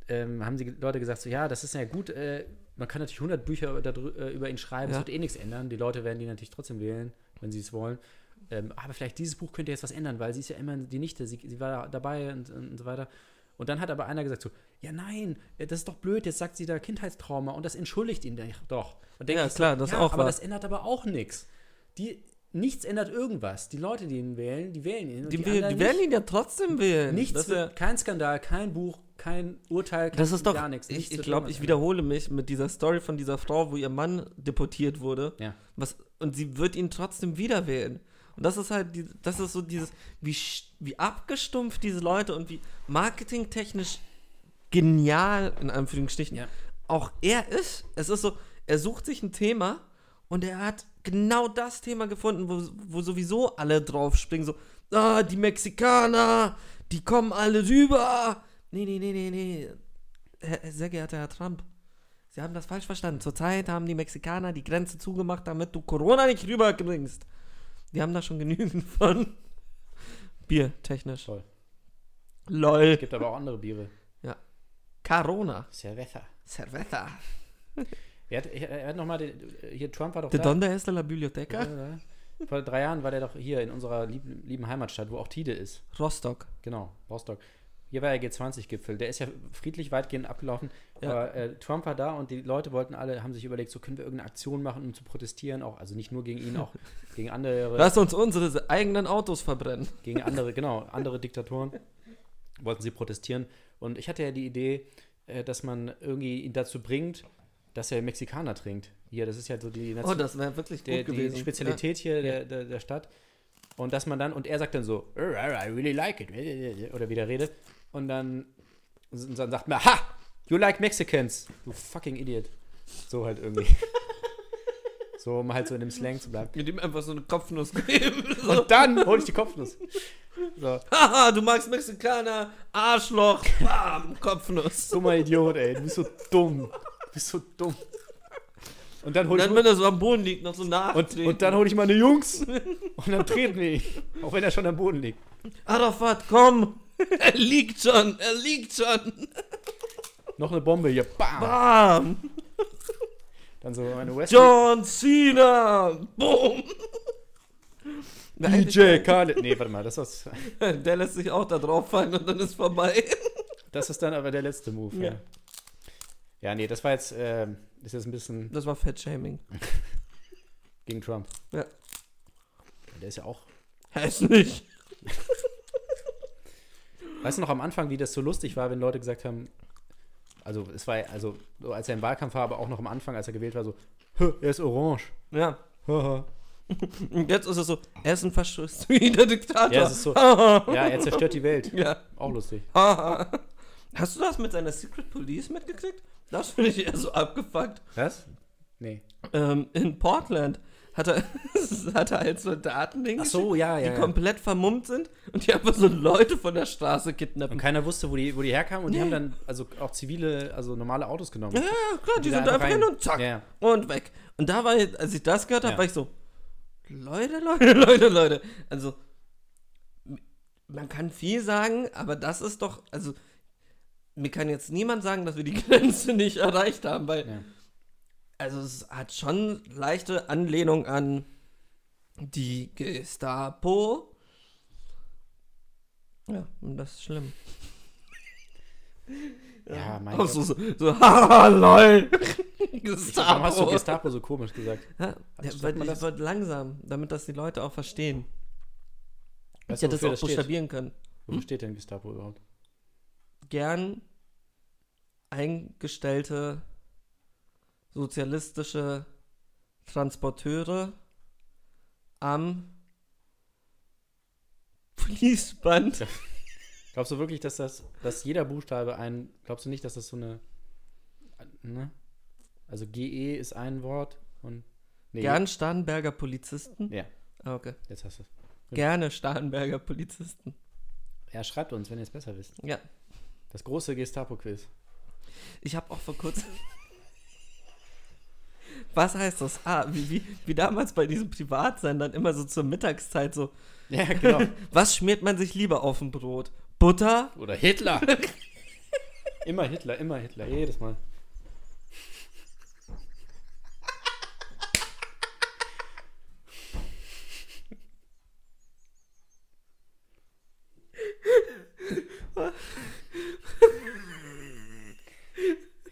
S4: ähm, haben die Leute gesagt so, ja, das ist ja gut, äh, man kann natürlich 100 Bücher darü- äh, über ihn schreiben, es
S3: Ja.
S4: wird eh nichts ändern. Die Leute werden die natürlich trotzdem wählen, wenn sie es wollen. Ähm, aber vielleicht dieses Buch könnte jetzt was ändern, weil sie ist ja immer die Nichte, sie, sie war dabei und, und so weiter. Und dann hat aber einer gesagt so, ja nein, äh, das ist doch blöd, jetzt sagt sie da Kindheitstrauma und das entschuldigt ihn doch. Und denk
S3: Ja,
S4: so,
S3: klar, das ist auch
S4: aber
S3: wahr.
S4: das ändert aber auch nichts. Die, nichts ändert irgendwas. Die Leute, die ihn wählen, die wählen ihn. und
S3: Die, die,
S4: anderen
S3: die werden
S4: nicht.
S3: ihn ja trotzdem wählen.
S4: Nichts,
S3: Das
S4: wird-
S3: wär-
S4: kein Skandal, kein Buch, kein Urteil, kein
S3: Das ist doch,
S4: gar nichts.
S3: ich,
S4: nichts
S3: ich
S4: wird
S3: glaube,
S4: irgendwas
S3: ich wiederhole mich mit dieser Story von dieser Frau, wo ihr Mann deportiert wurde.
S4: Ja.
S3: Was, und sie wird ihn trotzdem wieder wählen. Und das ist halt, die, das ist so dieses, wie, sch- wie abgestumpft diese Leute und wie marketingtechnisch genial, in Anführungsstrichen,
S4: Ja.
S3: auch er ist. Es ist so, er sucht sich ein Thema und er hat genau das Thema gefunden, wo, wo sowieso alle drauf springen, so, ah, die Mexikaner, die kommen alle rüber. Nee, nee, nee, nee, nee. Herr, sehr geehrter Herr Trump, Sie haben das falsch verstanden. Zurzeit haben die Mexikaner die Grenze zugemacht, damit du Corona nicht rüberbringst. Die haben da schon genügend von. Bier, technisch.
S4: Toll.
S3: LOL.
S4: Gibt aber auch andere Biere.
S3: Corona.
S4: Cerveza.
S3: Cerveza.
S4: Er hat, er er hat nochmal, hier Trump war doch
S3: De
S4: da.
S3: donde es la biblioteca?
S4: Ja, ja. Vor drei Jahren war der doch hier in unserer lieben, lieben Heimatstadt, wo auch Tide ist.
S3: Rostock.
S4: Genau, Rostock. Hier war der G20-Gipfel. Der ist ja friedlich weitgehend abgelaufen.
S3: Ja.
S4: Aber äh, Trump war da und die Leute wollten alle, haben sich überlegt, so können wir irgendeine Aktion machen, um zu protestieren. Auch, also nicht nur gegen ihn, auch gegen andere.
S3: Lass uns unsere eigenen Autos verbrennen.
S4: gegen andere, genau, andere Diktatoren wollten sie protestieren. Und ich hatte ja die Idee, äh, dass man irgendwie ihn dazu bringt, dass er Mexikaner trinkt. Hier, das ist ja so die, Nation-
S3: Oh, das wäre wirklich gut
S4: der, die
S3: gewesen.
S4: Spezialität hier der, der, der Stadt. Und dass man dann, und er sagt dann so, "Oh, I really like it, oder wie der redet. Und dann, und dann sagt man, ha, you like Mexicans, du fucking Idiot. So halt irgendwie. so, um halt so in dem Slang zu bleiben.
S3: Ja. Mit ihm einfach so eine Kopfnuss geben. So,
S4: Und dann hole ich die Kopfnuss. So.
S3: haha, du magst Mexikaner, Arschloch, bam, Kopfnuss.
S4: Dummer Idiot, ey. Du bist so dumm. Du bist so dumm. Und dann
S3: Und
S4: hol ich,
S3: dann, wenn er so am Boden liegt, noch so nach.
S4: und, und dann hol ich meine Jungs. Und dann treten wir ihn. Auch wenn er schon am Boden liegt.
S3: Arafat, komm! er liegt schon, er liegt schon!
S4: Noch eine Bombe hier. Bam.
S3: Bam!
S4: Dann so meine West.
S3: John Cena! Boom!
S4: DJ Khaled. Nee, warte mal. Das ist,
S3: Der lässt sich auch da drauf fallen und dann ist vorbei.
S4: das ist dann aber der letzte Move. Ja,
S3: Ja.
S4: ja. nee, das war jetzt. ähm, ist jetzt ein bisschen
S3: Das war Fettshaming.
S4: gegen Trump.
S3: Ja.
S4: Der ist ja auch.
S3: Hässlich!
S4: Weißt du noch am Anfang, wie das so lustig war, wenn Leute gesagt haben, also es war, ja- also so als er im Wahlkampf war, aber auch noch am Anfang, als er gewählt war, so, "Hö, er ist orange.
S3: Ja.
S4: Haha.
S3: Und jetzt ist es so, er ist ein Faschist, wie der Diktator.
S4: Ja, es ist so-
S3: ja.
S4: Ja, er zerstört die Welt.
S3: ja.
S4: Auch lustig.
S3: Haha. Hast du das mit seiner Secret Police mitgekriegt? Das finde ich eher so abgefuckt.
S4: Was? Nee.
S3: Ähm, in Portland hat er, hat er halt als Soldaten den
S4: Ach so, ja,
S3: die
S4: ja. ja.
S3: komplett vermummt sind und die einfach so Leute von der Straße
S4: Und
S3: kidnappen.
S4: keiner wusste, wo die, wo die herkamen und die
S3: Nee.
S4: haben dann also auch zivile, also normale Autos genommen.
S3: Ja, ja, klar, die
S4: Die da
S3: sind einfach
S4: rein.
S3: hin und zack
S4: Ja, ja.
S3: und weg. Und da war ich, als ich das gehört habe,
S4: Ja.
S3: war ich so, Leute, Leute, Leute, Leute. Also, man kann viel sagen, aber das ist doch, also, mir kann jetzt niemand sagen, dass wir die Grenze nicht erreicht haben, weil,
S4: Ja.
S3: also, es hat schon leichte Anlehnung an die Gestapo. Ja, und das ist schlimm.
S4: Ja, mein
S3: Auch
S4: Gott.
S3: so, so, so, haha, lol. Gestapo.
S4: Warum hast du Gestapo so komisch gesagt?
S3: Ja, ja,
S4: sagt
S3: weil
S4: man
S3: das
S4: das?
S3: wird langsam, damit das die Leute auch verstehen. Ich
S4: Weißt du,
S3: hätte das
S4: wofür
S3: auch
S4: das steht?
S3: buchstabieren können.
S4: Wofür steht denn Gestapo überhaupt?
S3: Gern eingestellte sozialistische Transporteure am Fließband.
S4: Glaubst du wirklich, dass das, dass jeder Buchstabe ein, glaubst du nicht, dass das so eine, ne? Also GE ist ein Wort und, nee,
S3: Gern Starnberger Polizisten.
S4: Ja.
S3: Ah, okay.
S4: jetzt hast du es.
S3: Gerne Starnberger Polizisten.
S4: Ja, schreibt uns, wenn ihr es besser wisst.
S3: Ja.
S4: Das große Gestapo-Quiz.
S3: Ich habe auch vor kurzem. Was heißt das? Ah, wie, wie, wie damals bei diesen Privatsendern immer so zur Mittagszeit so.
S4: Ja, genau.
S3: Was schmiert man sich lieber auf ein Brot? Butter?
S4: Oder Hitler. immer Hitler, immer Hitler, jedes Mal.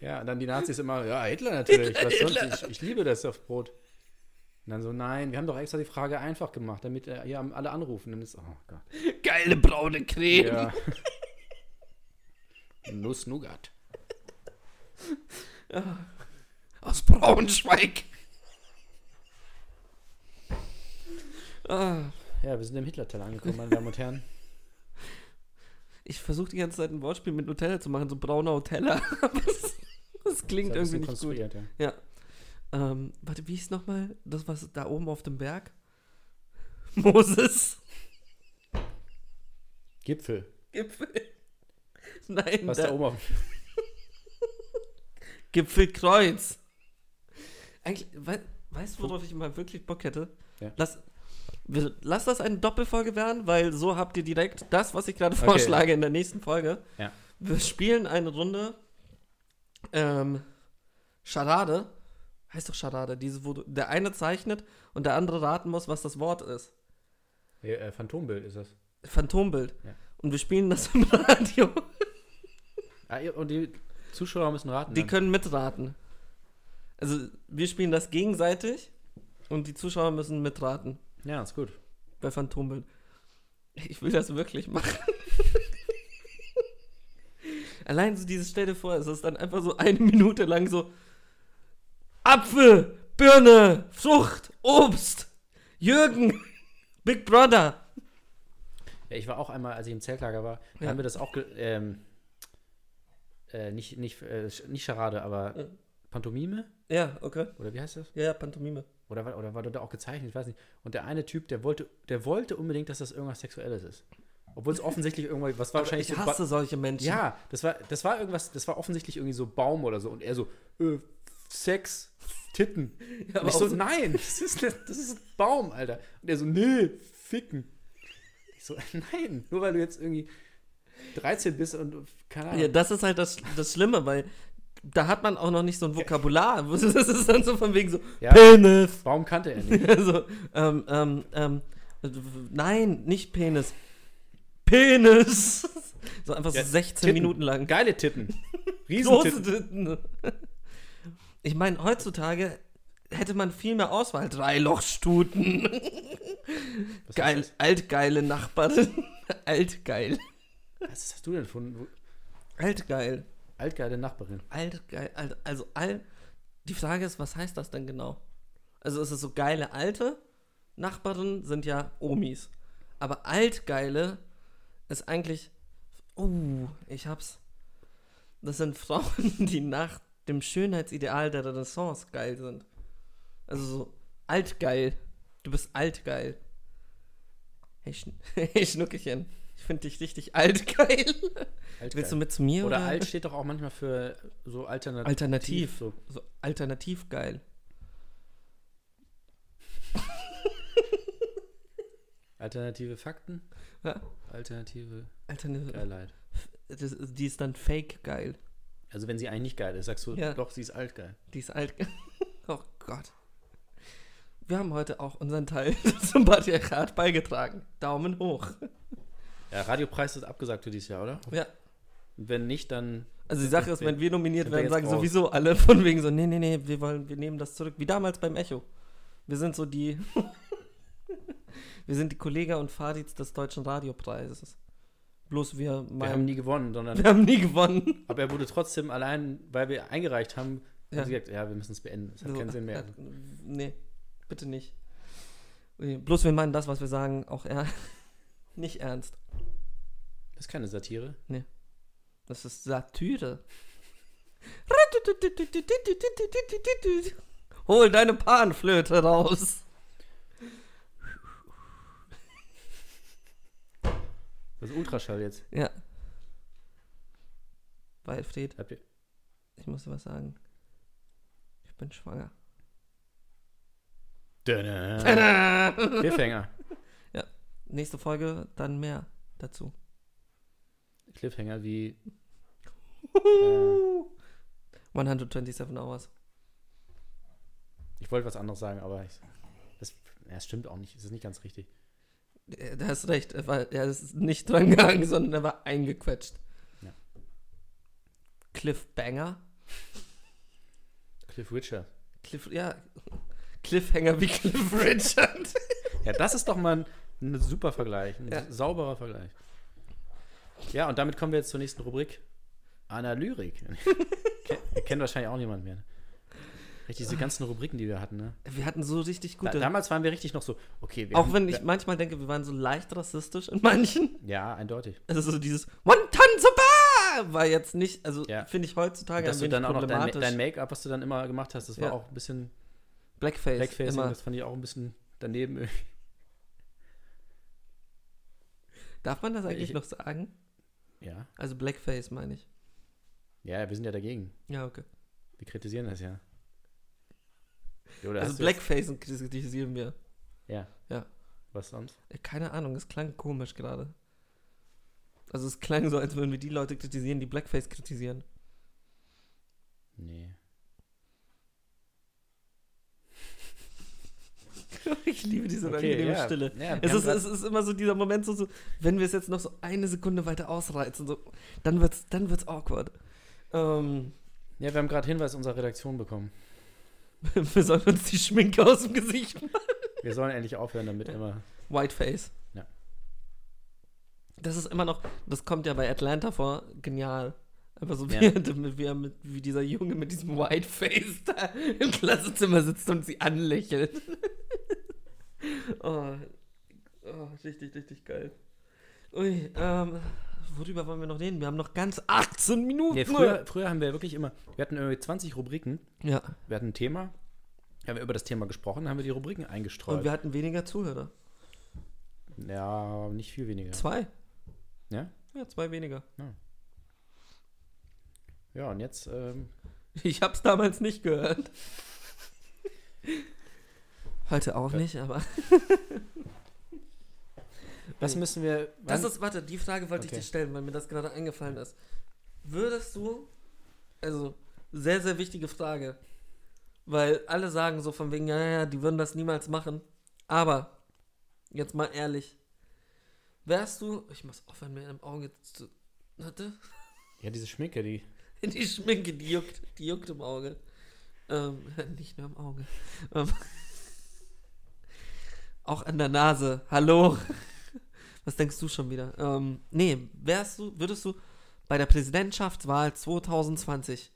S4: Ja, und dann die Nazis immer, ja, Hitler natürlich. was Sonst? Ich, ich liebe das auf Brot. Und dann so, nein, wir haben doch extra die Frage einfach gemacht, damit äh, hier alle anrufen. Und dann ist, oh Gott.
S3: Geile braune Creme.
S4: Ja. Nuss Nougat.
S3: Aus Braunschweig. Ah,
S4: Ja, wir sind im Hitlerteil angekommen, meine Damen und Herren.
S3: ich versuche die ganze Zeit ein Wortspiel mit Nutella zu machen, so brauner Nutella. Aber das, das klingt
S4: Das ist
S3: irgendwie nicht
S4: ein bisschen
S3: gut.
S4: konstruiert, ja.
S3: Ja. Ähm, warte, wie hieß nochmal das, was da oben auf dem Berg? Moses.
S4: Gipfel.
S3: Gipfel. Nein,
S4: Was
S3: da-
S4: da oben auf.
S3: Gipfelkreuz. Eigentlich, we weißt du, worauf ich mal wirklich Bock hätte?
S4: Ja.
S3: Lass, wir, lass das eine Doppelfolge werden, weil so habt ihr direkt das, was ich gerade vorschlage, in der nächsten Folge.
S4: Ja.
S3: Wir spielen eine Runde ähm, Charade. Heißt doch Charade, diese, wo du, der eine zeichnet und der andere raten muss, was das Wort ist.
S4: Ja, äh, Phantombild ist das.
S3: Phantombild.
S4: Ja.
S3: Und wir spielen das im Radio.
S4: Ah, ihr- und die Zuschauer müssen raten.
S3: Die
S4: dann.
S3: können mitraten. Also wir spielen das gegenseitig und die Zuschauer müssen mitraten
S4: Ja, ist gut.
S3: bei Phantombild. Ich will das wirklich machen. Allein so dieses, stell dir vor, es ist dann einfach so eine Minute lang so Apfel, Birne, Frucht, Obst, Jürgen, Big Brother.
S4: Ja, ich war auch einmal, als ich im Zeltlager war, da
S3: Ja.
S4: haben wir das auch. ge- Ähm, äh, nicht, nicht, äh, Sch- nicht Charade, aber
S3: Mhm.
S4: Pantomime?
S3: Ja, okay.
S4: Oder wie heißt das?
S3: Ja, ja, Pantomime.
S4: Oder, war- oder war da auch gezeichnet? Ich weiß nicht. Und der eine Typ, der wollte, der wollte unbedingt, dass das irgendwas Sexuelles ist. Obwohl es offensichtlich irgendwas. Was war wahrscheinlich
S3: ich
S4: so
S3: hasse solche Menschen.
S4: Ja, das war, das war irgendwas, das war offensichtlich irgendwie so Baum oder so. Und er so, äh, Sex, Titten.
S3: aber
S4: und ich
S3: auch
S4: so,
S3: so-
S4: nein, das ist, das ist ein Baum, Alter. Und er so, nee, ficken. Ich so, nein, nur weil du jetzt irgendwie 13 bist und keine Ahnung.
S3: Ja, das ist halt das, das Schlimme, weil da hat man auch noch nicht so ein Vokabular. Das ist dann so von wegen so,
S4: Ja.
S3: Penis.
S4: Baum kannte er nicht.
S3: Also, ähm, ähm, ähm, nein, nicht Penis. Penis. So einfach so
S4: Ja,
S3: 16
S4: Titten.
S3: Minuten lang.
S4: Geile Titten.
S3: Große
S4: Riesentitten.
S3: Titten. Ich meine, heutzutage hätte man viel mehr Auswahl. Dreilochstuten.
S4: Was
S3: Geil,
S4: Ist
S3: altgeile Nachbarin. Altgeil.
S4: das? Was hast du denn von
S3: Altgeil.
S4: altgeile Nachbarin?
S3: Alt, geil, alt, also all. Die Frage ist, was heißt das denn genau? Also ist es so geile alte Nachbarin sind ja Omis, aber altgeile ist eigentlich. Oh, ich hab's. Das sind Frauen, die nach dem Schönheitsideal der Renaissance geil sind. Also so altgeil. Du bist altgeil. Hey, Schn hey Schnuckelchen, ich finde dich richtig altgeil. Willst du
S4: Altgeil.
S3: mit zu mir
S4: Oder alt steht doch auch manchmal für so alternativ.
S3: Alternativ.
S4: So.
S3: so alternativ geil.
S4: Alternative Fakten,
S3: Ja?
S4: alternative
S3: Alternativ.
S4: Geilheit.
S3: ne, Das, ist- die ist dann fake geil.
S4: Also wenn sie eigentlich nicht geil ist, sagst du,
S3: Ja.
S4: doch, sie ist altgeil.
S3: Die ist alt. oh Gott. Wir haben heute auch unseren Teil zum Patriarchat beigetragen. Daumen hoch.
S4: Ja, Radiopreis ist abgesagt für dieses Jahr, oder?
S3: Ja.
S4: Und wenn nicht, dann
S3: Also die Sache ist, wenn wir nominiert
S4: Sind wir
S3: werden,
S4: jetzt
S3: sagen
S4: raus?
S3: sowieso alle von wegen so, nee, nee, nee, wir wollen, wir nehmen das zurück. Wie damals beim Echo. Wir sind so die. Wir sind die Kollega und Fadiz des Deutschen Radiopreises. Bloß wir,
S4: Wir haben nie gewonnen, sondern
S3: wir haben nie gewonnen.
S4: Aber er wurde trotzdem allein, weil wir eingereicht haben,
S3: Ja.
S4: haben sie gesagt, ja, wir müssen es beenden. Es hat
S3: So,
S4: keinen Sinn mehr.
S3: äh, nee, bitte nicht. Nee, Bloß wir meinen das, was wir sagen, auch er nicht ernst.
S4: Das ist keine Satire.
S3: Das ist Satire. Hol deine Panflöte raus.
S4: Das ist Ultraschall jetzt.
S3: Ja. Walfried,
S4: Habt ihr,
S3: ich muss dir was sagen. Ich bin schwanger.
S4: Tada. Cliffhanger.
S3: Nächste Folge dann mehr dazu.
S4: Cliffhanger wie
S3: 127 Hours.
S4: Ich wollte was anderes sagen, aber ich, das, ja, es stimmt auch nicht. Es ist nicht ganz richtig.
S3: Äh, Da hast du recht, er, war, er ist nicht dran gegangen, sondern er war eingequetscht.
S4: Ja.
S3: Cliffbanger?
S4: Cliff Richard.
S3: Cliff, ja. Cliffhanger wie Cliff Richard.
S4: Ja, das ist doch mal ein, ein super Vergleich. Ein
S3: Ja.
S4: sauberer Vergleich. Ja, und damit kommen wir jetzt zur nächsten Rubrik. Analyrik. Ken, kennt wahrscheinlich auch niemand mehr. ne? Richtig, diese ganzen Rubriken, die wir hatten, ne?
S3: Wir hatten so richtig
S4: Da,
S3: gute.
S4: damals waren wir richtig noch so, okay, wir
S3: auch
S4: haben-
S3: wenn ich manchmal denke, wir waren so leicht rassistisch in manchen.
S4: Ja, eindeutig.
S3: Also so dieses One Ton Super war jetzt nicht, also
S4: Ja.
S3: finde ich heutzutage
S4: Dass
S3: ein
S4: du
S3: wenig
S4: dann auch noch dein,
S3: problematisch.
S4: dein Make-up, was du dann immer gemacht hast, das war
S3: Ja.
S4: auch ein bisschen
S3: Blackface,
S4: Blackfacing,
S3: immer.
S4: das fand ich auch ein bisschen daneben. irgendwie.
S3: Darf man das eigentlich
S4: Ich-
S3: noch sagen?
S4: Ja.
S3: Also Blackface meine ich.
S4: Ja, wir sind ja dagegen.
S3: Ja, okay.
S4: Wir kritisieren das ja. Jo, da
S3: Also
S4: hast du
S3: Blackface und kritisieren wir.
S4: jetzt- Ja.
S3: Ja.
S4: Was sonst?
S3: Äh, Keine Ahnung, es klang komisch gerade. Also es klang so, als würden wir die Leute kritisieren, die Blackface kritisieren.
S4: Nee.
S3: Ich liebe diese
S4: Okay,
S3: angenehme
S4: ja.
S3: Stille.
S4: Ja, wir
S3: es,
S4: haben
S3: ist,
S4: grad-
S3: es ist immer so dieser Moment, so, so, wenn wir es jetzt noch so eine Sekunde weiter ausreizen, so, dann wird's, dann wird's awkward. Ähm,
S4: Ja, wir haben gerade Hinweis unserer Redaktion bekommen.
S3: wir sollen uns die Schminke aus dem Gesicht machen.
S4: Wir sollen endlich aufhören damit immer.
S3: Whiteface.
S4: Ja.
S3: Das ist immer noch, das kommt ja bei Atlanta vor, genial. Einfach so, wie,
S4: Ja.
S3: damit wir mit, wie dieser Junge mit diesem Whiteface da im Klassenzimmer sitzt und sie anlächelt. oh, oh, richtig, richtig geil. Ui, ähm, worüber wollen wir noch reden? Wir haben noch ganz 18 Minuten.
S4: Nee, früher, früher haben wir wirklich immer, wir hatten irgendwie 20 Rubriken,
S3: ja,
S4: wir hatten ein Thema, haben wir über das Thema gesprochen, haben wir die Rubriken eingestreut.
S3: und wir hatten weniger Zuhörer.
S4: ja, nicht viel weniger.
S3: Zwei.
S4: Ja?
S3: Ja, zwei weniger.
S4: Ja, und jetzt ähm,
S3: Ich hab's damals nicht gehört. Heute auch
S4: Ja.
S3: nicht, aber.
S4: Was müssen wir.
S3: Äh, Das
S4: wann-
S3: ist, warte, die Frage wollte
S4: Okay.
S3: ich dir stellen, weil mir das gerade eingefallen ist. Würdest du, also sehr, sehr wichtige Frage, weil alle sagen so von wegen, ja, ja, ja, die würden das niemals machen, aber jetzt mal ehrlich, wärst du, ich muss aufhören, mir im Auge zu, warte,
S4: ja, diese Schminke, die.
S3: die Schminke, die juckt, die juckt im Auge. Ähm, nicht nur im Auge. Ähm, auch an der Nase. Hallo. Was denkst du schon wieder? Ähm, nee, wärst du, würdest du bei der Präsidentschaftswahl 2020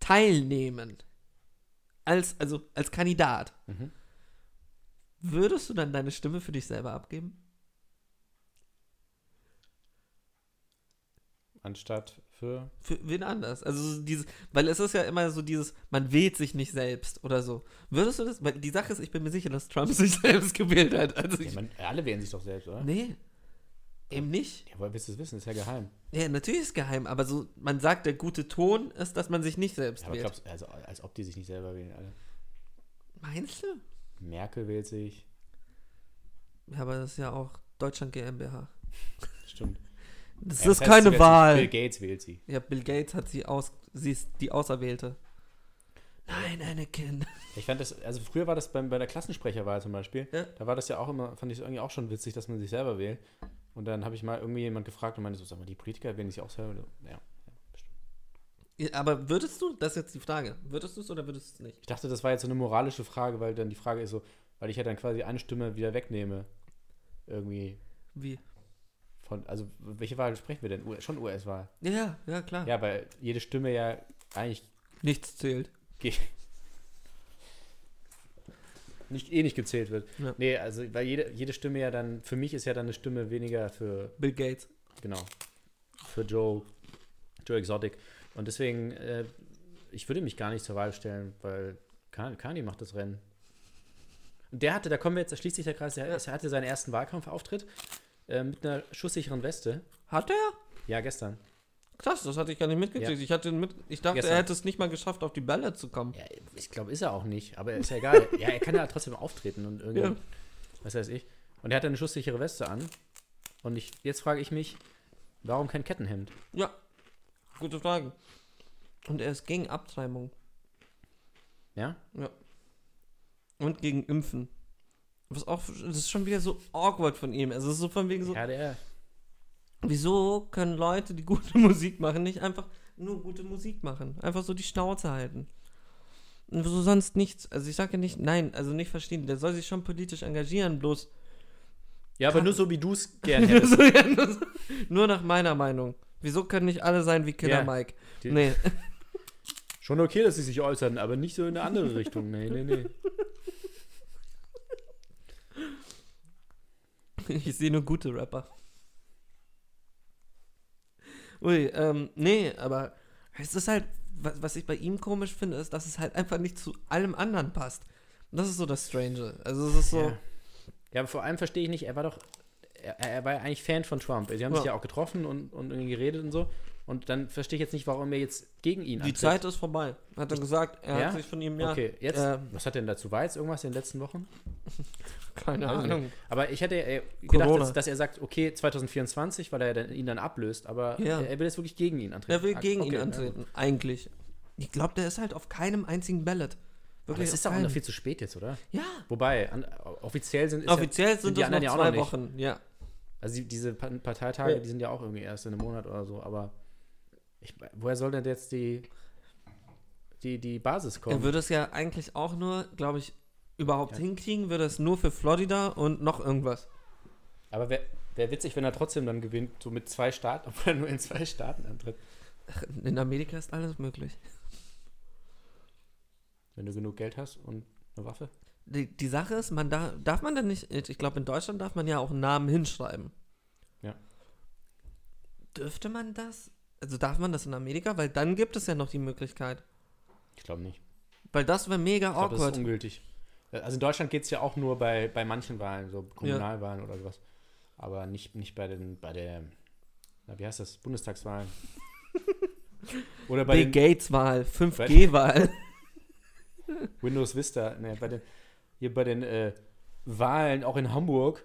S3: teilnehmen? Als, also als Kandidat.
S4: Mhm.
S3: Würdest du dann deine Stimme für dich selber abgeben?
S4: Anstatt für.
S3: Für wen anders? Also so dieses, weil es ist ja immer so dieses, man wählt sich nicht selbst oder so. Würdest du das, weil die Sache ist, ich bin mir sicher, dass Trump sich selbst gewählt hat. Also
S4: Ja,
S3: ich,
S4: man, alle wählen sich doch selbst, oder?
S3: nee, eben nicht.
S4: Ja, woher willst du es wissen? Ist ja geheim.
S3: Ja, natürlich ist geheim, aber so, man sagt, der gute Ton ist, dass man sich nicht selbst
S4: Ja, aber
S3: wählt.
S4: glaubst also, als ob die sich nicht selber wählen, alle.
S3: Meinst du?
S4: Merkel wählt sich.
S3: Ja, aber das ist ja auch Deutschland GmbH.
S4: Stimmt.
S3: Das
S4: Ja,
S3: ist
S4: heißt, sie
S3: keine
S4: wählt
S3: Wahl.
S4: Sich. Bill Gates wählt sie.
S3: ja, Bill Gates hat sie aus, sie ist die Auserwählte. Nein, Anakin.
S4: Ich fand das, also früher war das beim, bei der Klassensprecherwahl zum Beispiel,
S3: Ja.
S4: da war das ja auch immer, fand ich es irgendwie auch schon witzig, dass man sich selber wählt. Und dann habe ich mal irgendwie jemand gefragt und meinte so, sag mal, die Politiker wählen sich auch selber. Und so, Ja.
S3: Ja, aber würdest du, das ist jetzt die Frage, würdest du es oder würdest du es nicht?
S4: Ich dachte, das war jetzt so eine moralische Frage, weil dann die Frage ist so, Weil ich ja dann quasi eine Stimme wieder wegnehme. Irgendwie.
S3: Wie?
S4: Von, also, welche Wahl sprechen wir denn? U schon US-Wahl.
S3: Ja, Ja, ja, klar.
S4: Ja, weil jede Stimme ja eigentlich
S3: Nichts zählt.
S4: ge- nicht, eh nicht gezählt wird.
S3: Ja.
S4: Nee, also, weil jede, jede Stimme ja dann, für mich ist ja dann eine Stimme weniger für
S3: Bill Gates.
S4: Genau. Für Joe, Joe Exotic. Und deswegen, äh, ich würde mich gar nicht zur Wahl stellen, weil Kani, Kani macht das Rennen. Und der hatte, da kommen wir jetzt, da schließt sich der Kreis, der, er hatte seinen ersten Wahlkampfauftritt äh, mit einer schusssicheren Weste.
S3: Hat er?
S4: Ja, gestern.
S3: Krass, das hatte ich gar nicht mitgekriegt.
S4: Ja.
S3: Ich, hatte mit, ich dachte,
S4: Gestern.
S3: er hätte es nicht mal geschafft, auf die Bälle zu kommen.
S4: Ja, ich glaube, ist er auch nicht, aber ist ja egal. ja, er kann ja trotzdem auftreten und irgendwie,
S3: Ja.
S4: was weiß ich. Und er hat eine schusssichere Weste an. Und ich, jetzt frage ich mich, warum kein Kettenhemd?
S3: Ja, gute Frage. Und er ist gegen Abtreibung
S4: Ja?
S3: und gegen Impfen. Was auch, das ist schon wieder so awkward von ihm. Also, es ist so von wegen so,
S4: Ja, der,
S3: wieso können Leute, die gute Musik machen, nicht einfach nur gute Musik machen? Einfach so die Schnauze halten. Und so sonst nichts. Also, ich sage ja nicht, nein, also nicht verstehen. Der soll sich schon politisch engagieren, bloß
S4: ja aber nur so, wie du es gerne
S3: nur,
S4: hättest.
S3: so, ja, nur, so, nur nach meiner Meinung. Wieso können nicht alle sein wie Killer
S4: Ja.
S3: Mike?
S4: Die-
S3: Nee.
S4: Schon okay, dass sie sich äußern, aber nicht so in eine andere Richtung. Nee, nee, nee.
S3: Ich sehe nur gute Rapper. Ui, ähm, nee, aber es ist halt, was, was ich bei ihm komisch finde, ist, dass es halt einfach nicht zu allem anderen passt. Und das ist so das Strange. Also es ist so,
S4: Ja. ja, aber vor allem verstehe ich nicht, er war doch, er, er war ja eigentlich Fan von Trump. Also, Sie haben sich
S3: Ja.
S4: ja auch getroffen und, und irgendwie geredet und so. Und dann verstehe ich jetzt nicht, warum er jetzt gegen ihn
S3: die
S4: antritt.
S3: Zeit ist vorbei. Hat er gesagt, er
S4: Ja?
S3: hat sich von ihm, ja,
S4: Okay, jetzt,
S3: ähm,
S4: was hat denn dazu? War jetzt irgendwas in den letzten Wochen?
S3: keine
S4: Weiß ich
S3: Ahnung.
S4: nicht. Aber ich hätte äh, gedacht,
S3: Corona.
S4: dass, dass er sagt, okay, 2024, weil er dann, ihn dann ablöst, aber
S3: Ja.
S4: er, er will jetzt wirklich gegen ihn antreten.
S3: Er will
S4: Ah,
S3: gegen ihn
S4: okay,
S3: antreten, eigentlich. Ich glaube, der ist halt auf keinem einzigen Ballot.
S4: Aber
S3: Wirklich
S4: das ist
S3: auf
S4: doch auch noch
S3: keinem.
S4: viel zu spät jetzt, oder?
S3: Ja,
S4: Wobei, an, offiziell sind, ist ja-
S3: offiziell sind
S4: die
S3: das noch
S4: anderen ja auch
S3: zwei
S4: noch nicht.
S3: Wochen. Ja,
S4: Also die, diese Pa- Parteitage,
S3: Ja.
S4: die sind ja auch irgendwie erst in einem Monat oder so, aber ich, woher soll denn jetzt die, die, die Basis kommen?
S3: Er würde es ja eigentlich auch nur, glaube ich, überhaupt
S4: Ja.
S3: hinkriegen, würde es nur für Florida und noch irgendwas.
S4: aber wäre wär witzig, wenn er trotzdem dann gewinnt, so mit zwei Staaten, obwohl er nur in zwei Staaten antritt.
S3: In Amerika ist alles möglich.
S4: Wenn du genug Geld hast und eine Waffe.
S3: Die, die Sache ist, man darf, darf man denn nicht, ich glaube, in Deutschland darf man ja auch einen Namen hinschreiben.
S4: Ja.
S3: Dürfte man das? Also darf man das in Amerika? Weil dann gibt es ja noch die Möglichkeit.
S4: Ich glaube nicht.
S3: Weil das wäre mega
S4: Ich glaube, das
S3: awkward.
S4: ist ungültig. Also in Deutschland geht es ja auch nur bei, bei manchen Wahlen, so Kommunalwahlen oder sowas. Aber nicht, nicht bei den, bei der, na, wie heißt das, Bundestagswahlen. oder bei
S3: Bill
S4: den,
S3: Gates-Wahl, 5G-Wahl.
S4: Windows Vista, ne, bei den, hier bei den äh, Wahlen, auch in Hamburg,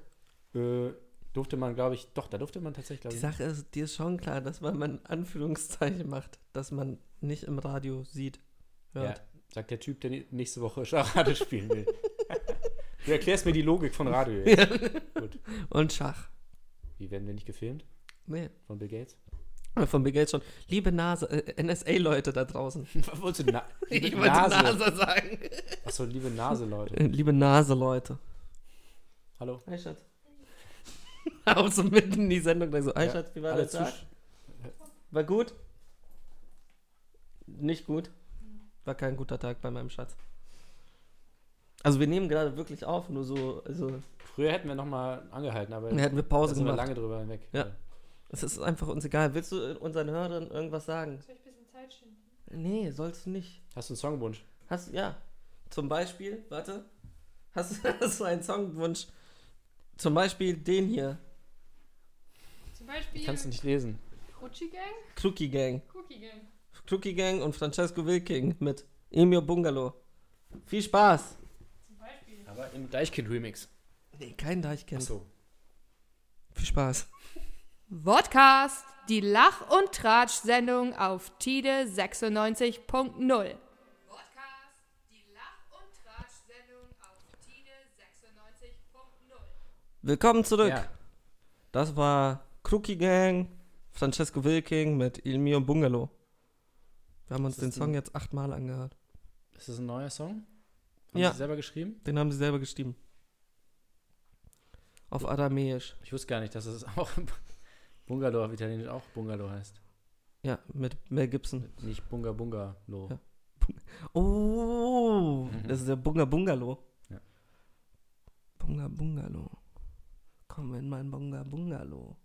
S4: äh, durfte man, glaube ich, doch, da durfte man tatsächlich, glaube
S3: Die
S4: ich,
S3: Sache ist, dir ist schon klar, dass wenn man Anführungszeichen macht, dass man nicht im Radio sieht,
S4: ja,
S3: hört.
S4: sagt der Typ, der nä- nächste Woche Charade spielen will. du erklärst mir die Logik von Radio jetzt. Gut.
S3: Und Schach.
S4: Wie werden wir nicht gefilmt?
S3: Nee.
S4: Von Bill Gates?
S3: Von Bill Gates schon. Liebe NASA, äh, NSA-Leute da draußen.
S4: Was wolltest du? Na liebe Nase.
S3: sagen.
S4: Achso, liebe Nase, Leute.
S3: Äh, Liebe Nase-Leute.
S4: Hallo.
S3: Hi, Schatz. Auch so mitten in die Sendung gleich so, hi, Schatz, wie war
S4: alle
S3: der Tag?
S4: Zusch-
S3: War gut? Nicht gut? War kein guter Tag bei meinem Schatz. Also wir nehmen gerade wirklich auf, nur so, also
S4: Früher hätten wir nochmal angehalten, aber
S3: da hätten wir
S4: da
S3: Pause
S4: sind wir
S3: gemacht.
S4: lange drüber hinweg. Äh,
S3: Ja. Es ist einfach uns egal. Willst du unseren Hörern irgendwas sagen?
S1: Soll ich ein bisschen Zeit schinden?
S3: Nee, sollst du nicht.
S4: Hast du einen Songwunsch?
S3: Hast ja, zum Beispiel, warte, hast, hast du einen Songwunsch? Zum Beispiel den hier,
S1: Zum
S4: Ich
S1: Beispiel
S4: kann es nicht lesen.
S1: Rutschi Gang,
S3: Crookie Gang.
S1: Cookie Gang.
S3: Crookie Gang und Francesco Wilking mit Emio Bungalow. Viel Spaß!
S1: Zum Beispiel.
S4: Aber im Deichkind-Remix.
S3: Nee, kein Deichkind.
S4: Achso.
S3: Viel Spaß.
S1: Vodcast, die Lach- und Tratsch-Sendung auf Tide 96.0. Vodcast, die Lach- und Tratsch-Sendung auf Tide 96.0.
S3: Willkommen zurück.
S4: Ja.
S3: Das war Crookie Gang, Francesco Wilking mit Il Mio Bungalow. Wir haben uns
S4: Das
S3: den
S4: ist
S3: Song
S4: ein-
S3: jetzt achtmal angehört.
S4: Ist das ein neuer Song? Haben
S3: Ja.
S4: Sie selber geschrieben?
S3: Den haben sie selber geschrieben. Auf Aramäisch.
S4: Ich wusste gar nicht, dass es auch Bungalow auf Italienisch auch Bungalow heißt.
S3: Ja, mit Mel Gibson.
S4: Nicht Bunga Bungalow.
S3: Ja. Oh, das ist der Bunga Bungalow.
S4: Mhm. Ja.
S3: Bunga Bungalow. Komm in mein Bunga Bungalow.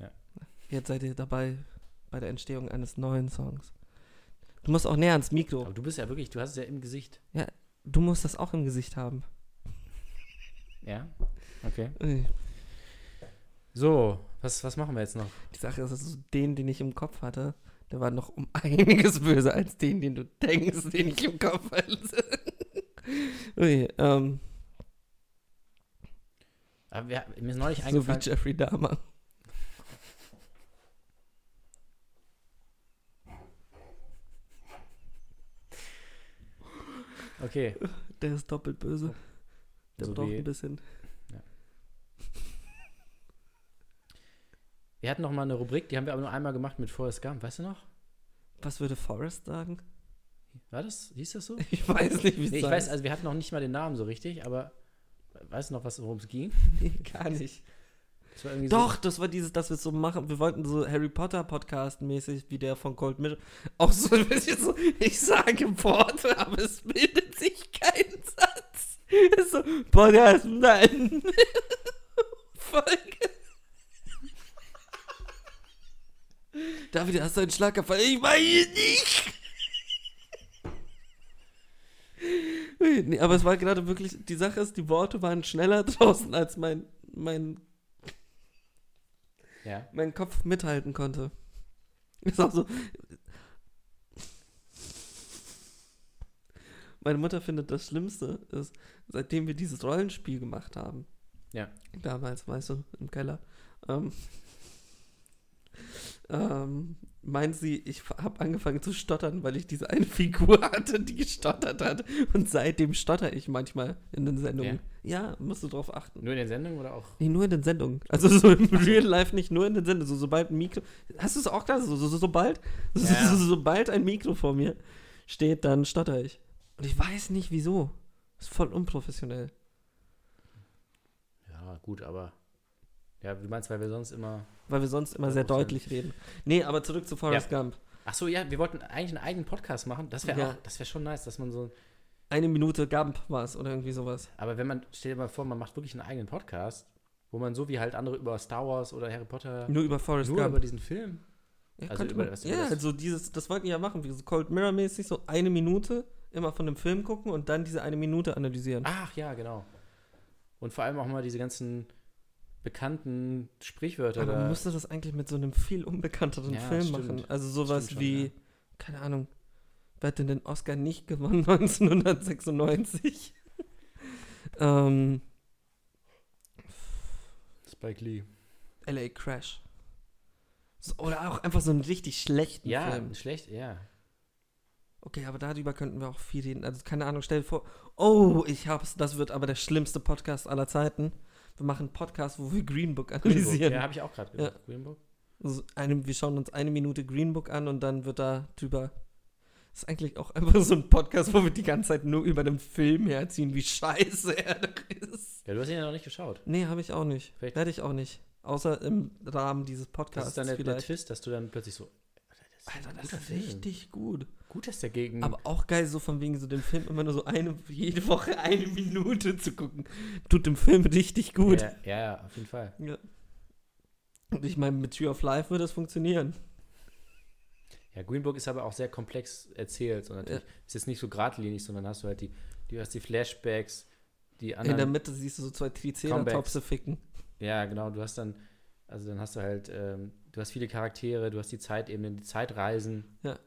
S4: Ja.
S3: Jetzt seid ihr dabei bei der Entstehung eines neuen Songs. Du musst auch näher ans Mikro.
S4: Aber du bist ja wirklich, du hast es ja im Gesicht.
S3: Ja, du musst das auch im Gesicht haben.
S4: Ja? Okay.
S3: Äh,
S4: So, was, was machen wir jetzt noch?
S3: Die Sache ist, also den, den ich im Kopf hatte, der war noch um einiges böser als den, den du denkst, den ich im Kopf hatte. Ui, ähm,
S4: Aber Ah, wir, mir ist neulich
S3: so wie
S4: eingefallen.
S3: Jeffrey Dahmer.
S4: okay.
S3: Der ist doppelt böse. Der
S4: So
S3: braucht
S4: wie-
S3: ein bisschen.
S4: Wir hatten noch mal eine Rubrik, die haben wir aber nur einmal gemacht mit Forrest Gump. Weißt du noch?
S3: Was würde Forrest sagen?
S4: War das? Hieß das so?
S3: Ich weiß nicht, wie es
S4: Nee, ich
S3: heißt.
S4: weiß, also wir hatten noch nicht mal den Namen so richtig, aber weißt du noch, was- worum es ging?
S3: Nee, gar nicht.
S4: Das war irgendwie so-
S3: Doch, das war dieses, dass wir so machen. Wir wollten so Harry Potter Podcast mäßig, wie der von Cold Mirror. Auch so ein bisschen so, ich sage Worte, aber es bildet sich kein Satz. Es ist so, Podcast, nein. Folge. David, hast du einen Schlaganfall? Ich meine nicht. Nee, aber es war gerade wirklich, die Sache ist, die Worte waren schneller draußen, als mein, mein
S4: Ja.
S3: mein Kopf mithalten konnte. Ist auch so. Meine Mutter findet das Schlimmste ist, seitdem wir dieses Rollenspiel gemacht haben.
S4: Ja.
S3: Damals, weißt du, im Keller. Ähm, ähm, meint sie, ich habe angefangen zu stottern, weil ich diese eine Figur hatte, die gestottert hat. Und seitdem stotter ich manchmal in den Sendungen. Ja, musst du drauf achten.
S4: Nur in den Sendungen oder auch?
S3: Nee, nur in den Sendungen. Also so im Real Life nicht, nur in den Sendungen. So, sobald ein Mikro. Hast du es auch gerade? So, so, so, sobald, so,
S4: Ja.
S3: so, so, sobald ein Mikro vor mir steht, dann stotter ich. Und ich weiß nicht wieso. Ist voll unprofessionell.
S4: Ja, gut, aber. Ja, du meinst, weil wir sonst immer.
S3: Weil wir sonst immer sehr
S4: 100%.
S3: deutlich reden. Nee, aber zurück zu Forrest Gump.
S4: Ach so, ja, wir wollten eigentlich einen eigenen Podcast machen. Das wäre
S3: Ja.
S4: auch, das wäre schon nice, dass man so.
S3: Eine Minute Gump war es oder irgendwie sowas.
S4: Aber wenn man, stell dir mal vor, man macht wirklich einen eigenen Podcast, wo man so wie halt andere über Star Wars oder Harry Potter
S3: Nur über Forrest
S4: nur über
S3: Gump.
S4: diesen Film.
S3: Ja,
S4: also
S3: könnte
S4: über-
S3: man-
S4: was über
S3: ja
S4: das-
S3: also dieses, das wollten wir ja machen, wie so Cold Mirror-mäßig, so eine Minute immer von dem Film gucken und dann diese eine Minute analysieren.
S4: Ach ja, genau. Und vor allem auch mal diese ganzen bekannten Sprichwörter
S3: Aber man
S4: da.
S3: müsste das eigentlich mit so einem viel unbekannteren
S4: Ja,
S3: Film
S4: stimmt.
S3: machen. Also sowas
S4: Stimmt schon,
S3: wie,
S4: ja.
S3: keine Ahnung, wer hat denn den Oscar nicht gewonnen 1996? ähm,
S4: Spike Lee.
S3: L.A. Crash. So, oder auch einfach so einen richtig schlechten
S4: Ja,
S3: Film.
S4: schlecht, ja.
S3: Okay, aber darüber könnten wir auch viel reden. Also keine Ahnung, stell dir vor, oh, ich hab's, das wird aber der schlimmste Podcast aller Zeiten. Wir machen einen Podcast, wo wir Green Book analysieren.
S4: Greenbook. Ja, habe ich auch gerade gedacht. Greenbook.
S3: Also eine, wir schauen uns eine Minute Green Book an und dann wird da drüber. Das ist eigentlich auch einfach so ein Podcast, wo wir die ganze Zeit nur über den Film herziehen, wie scheiße er doch ist.
S4: Ja, du hast ihn ja noch nicht geschaut.
S3: Nee, habe ich auch nicht.
S4: Vielleicht-
S3: Werde ich auch nicht. Außer im Rahmen dieses
S4: Das
S3: Podcasts
S4: ist dann der, der
S3: vielleicht.
S4: Twist, dass du dann plötzlich so.
S3: Alter, das
S4: guter
S3: ist
S4: Film. Hm.
S3: richtig gut.
S4: Gut, dass der gegen.
S3: Aber auch geil, so von wegen so dem Film immer nur so eine, jede Woche eine Minute zu gucken. Tut dem Film richtig gut.
S4: Ja, ja, ja, auf jeden Fall.
S3: Ja. Und ich meine, mit Tree of Life würde das funktionieren.
S4: Ja, Greenbook ist aber auch sehr komplex erzählt. Und natürlich ist jetzt nicht so geradlinig, sondern hast du halt die, du hast die Flashbacks, die
S3: In
S4: anderen.
S3: der Mitte siehst du so zwei Triceratopse ficken.
S4: Ja, genau, du hast dann, also dann hast du halt, ähm, du hast viele Charaktere, du hast die Zeitebenen, die Zeitreisen.
S3: Ja.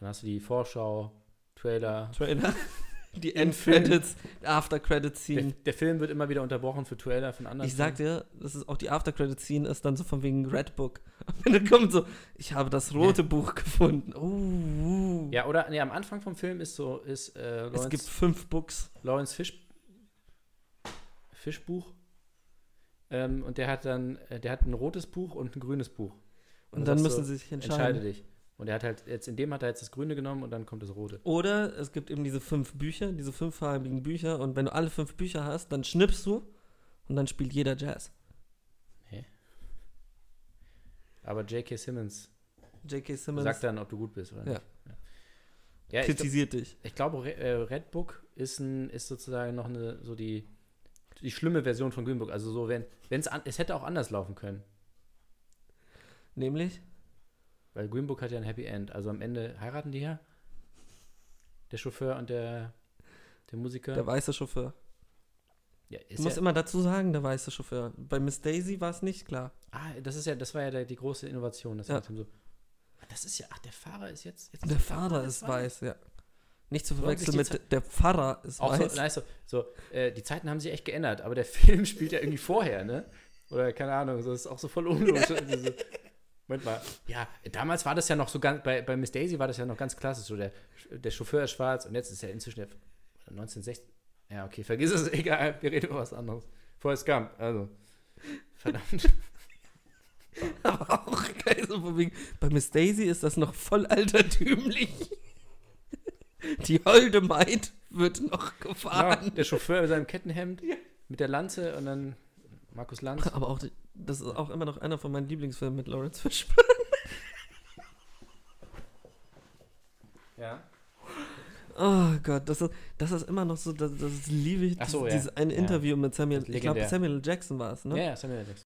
S4: Dann hast du die Vorschau, Trailer.
S3: Trailer. Die Endcredits,
S4: Der,
S3: After-Credit-Scene.
S4: der Film wird immer wieder unterbrochen für Trailer von anderen.
S3: Ich sag dir, das ist auch die After-Credit-Scene ist dann so von wegen Red Book. Und dann kommt so, ich habe das rote Buch gefunden. Oh, uh.
S4: Ja, oder nee, am Anfang vom Film ist so, ist äh,
S3: es
S4: Lawrence,
S3: gibt fünf Books.
S4: Lawrence Fisch, Fischbuch. Ähm, und der hat dann, äh, der hat ein rotes Buch und ein grünes Buch.
S3: Und dann
S4: sagst
S3: müssen
S4: du,
S3: sie sich entscheiden.
S4: Entscheide dich. Und er hat halt, jetzt in dem hat er jetzt das Grüne genommen und dann kommt das Rote.
S3: Oder es gibt eben diese fünf Bücher, diese fünffarbigen Bücher. Und wenn du alle fünf Bücher hast, dann schnippst du und dann spielt jeder Jazz.
S4: Aber J.K. Simmons
S3: J.K. Simmons
S4: sagt dann, ob du gut bist oder nicht. Ja, ja ich, glaub,
S3: kritisiert dich.
S4: ich glaube, Re- äh, Red Book ist, ein, ist sozusagen noch eine, so die, die schlimme Version von Green Book. Also so, wenn, wenn's an, es hätte auch anders laufen können.
S3: Nämlich?
S4: Weil Green Book hat ja ein Happy End. Also am Ende heiraten die ja. Der Chauffeur und der, der Musiker.
S3: Der weiße Chauffeur.
S4: ja,
S3: Du
S4: ist
S3: musst
S4: ja,
S3: immer dazu sagen, der weiße Chauffeur. Bei Miss Daisy war es nicht klar.
S4: ah, das ist ja, das war ja der, die große Innovation. Das,
S3: Ja.
S4: mit dem so, ah, das ist ja, ach, der Fahrer ist jetzt. jetzt
S3: Der Vater
S4: jetzt
S3: ist weiß, ja. Nicht zu verwechseln
S4: die
S3: mit
S4: Ze-
S3: der Pfarrer ist
S4: Auch so,
S3: weiß.
S4: nice, so, so äh, die Zeiten haben sich echt geändert, aber der Film spielt ja irgendwie vorher, ne? Oder keine Ahnung, so ist auch so voll unlogisch. Also so, Moment mal, ja, damals war das ja noch so ganz, bei, bei Miss Daisy war das ja noch ganz klassisch, so der, der Chauffeur ist schwarz und jetzt ist er inzwischen der 1960. Ja, okay, vergiss es, egal, wir reden über was anderes. Forrest Gump, also. Verdammt.
S3: Aber auch geil, so von wegen, bei Miss Daisy ist das noch voll altertümlich. Die holde Maid wird noch
S4: Ja,
S3: gefahren.
S4: der Chauffeur mit seinem Kettenhemd, mit der Lanze und dann Markus Lanz.
S3: Aber auch, die- das ist auch immer noch einer von meinen Lieblingsfilmen mit Lawrence Fishburne.
S4: Ja.
S3: Oh Gott, das ist, das ist immer noch so, das, das liebe ich,
S4: Ach so,
S3: dieses-
S4: ja.
S3: dieses eine
S4: Ja.
S3: Interview mit Samuel,
S4: Das
S3: ich glaube
S4: legendär.
S3: Samuel L. Jackson war es, ne?
S4: Ja, ja, Samuel L. Jackson.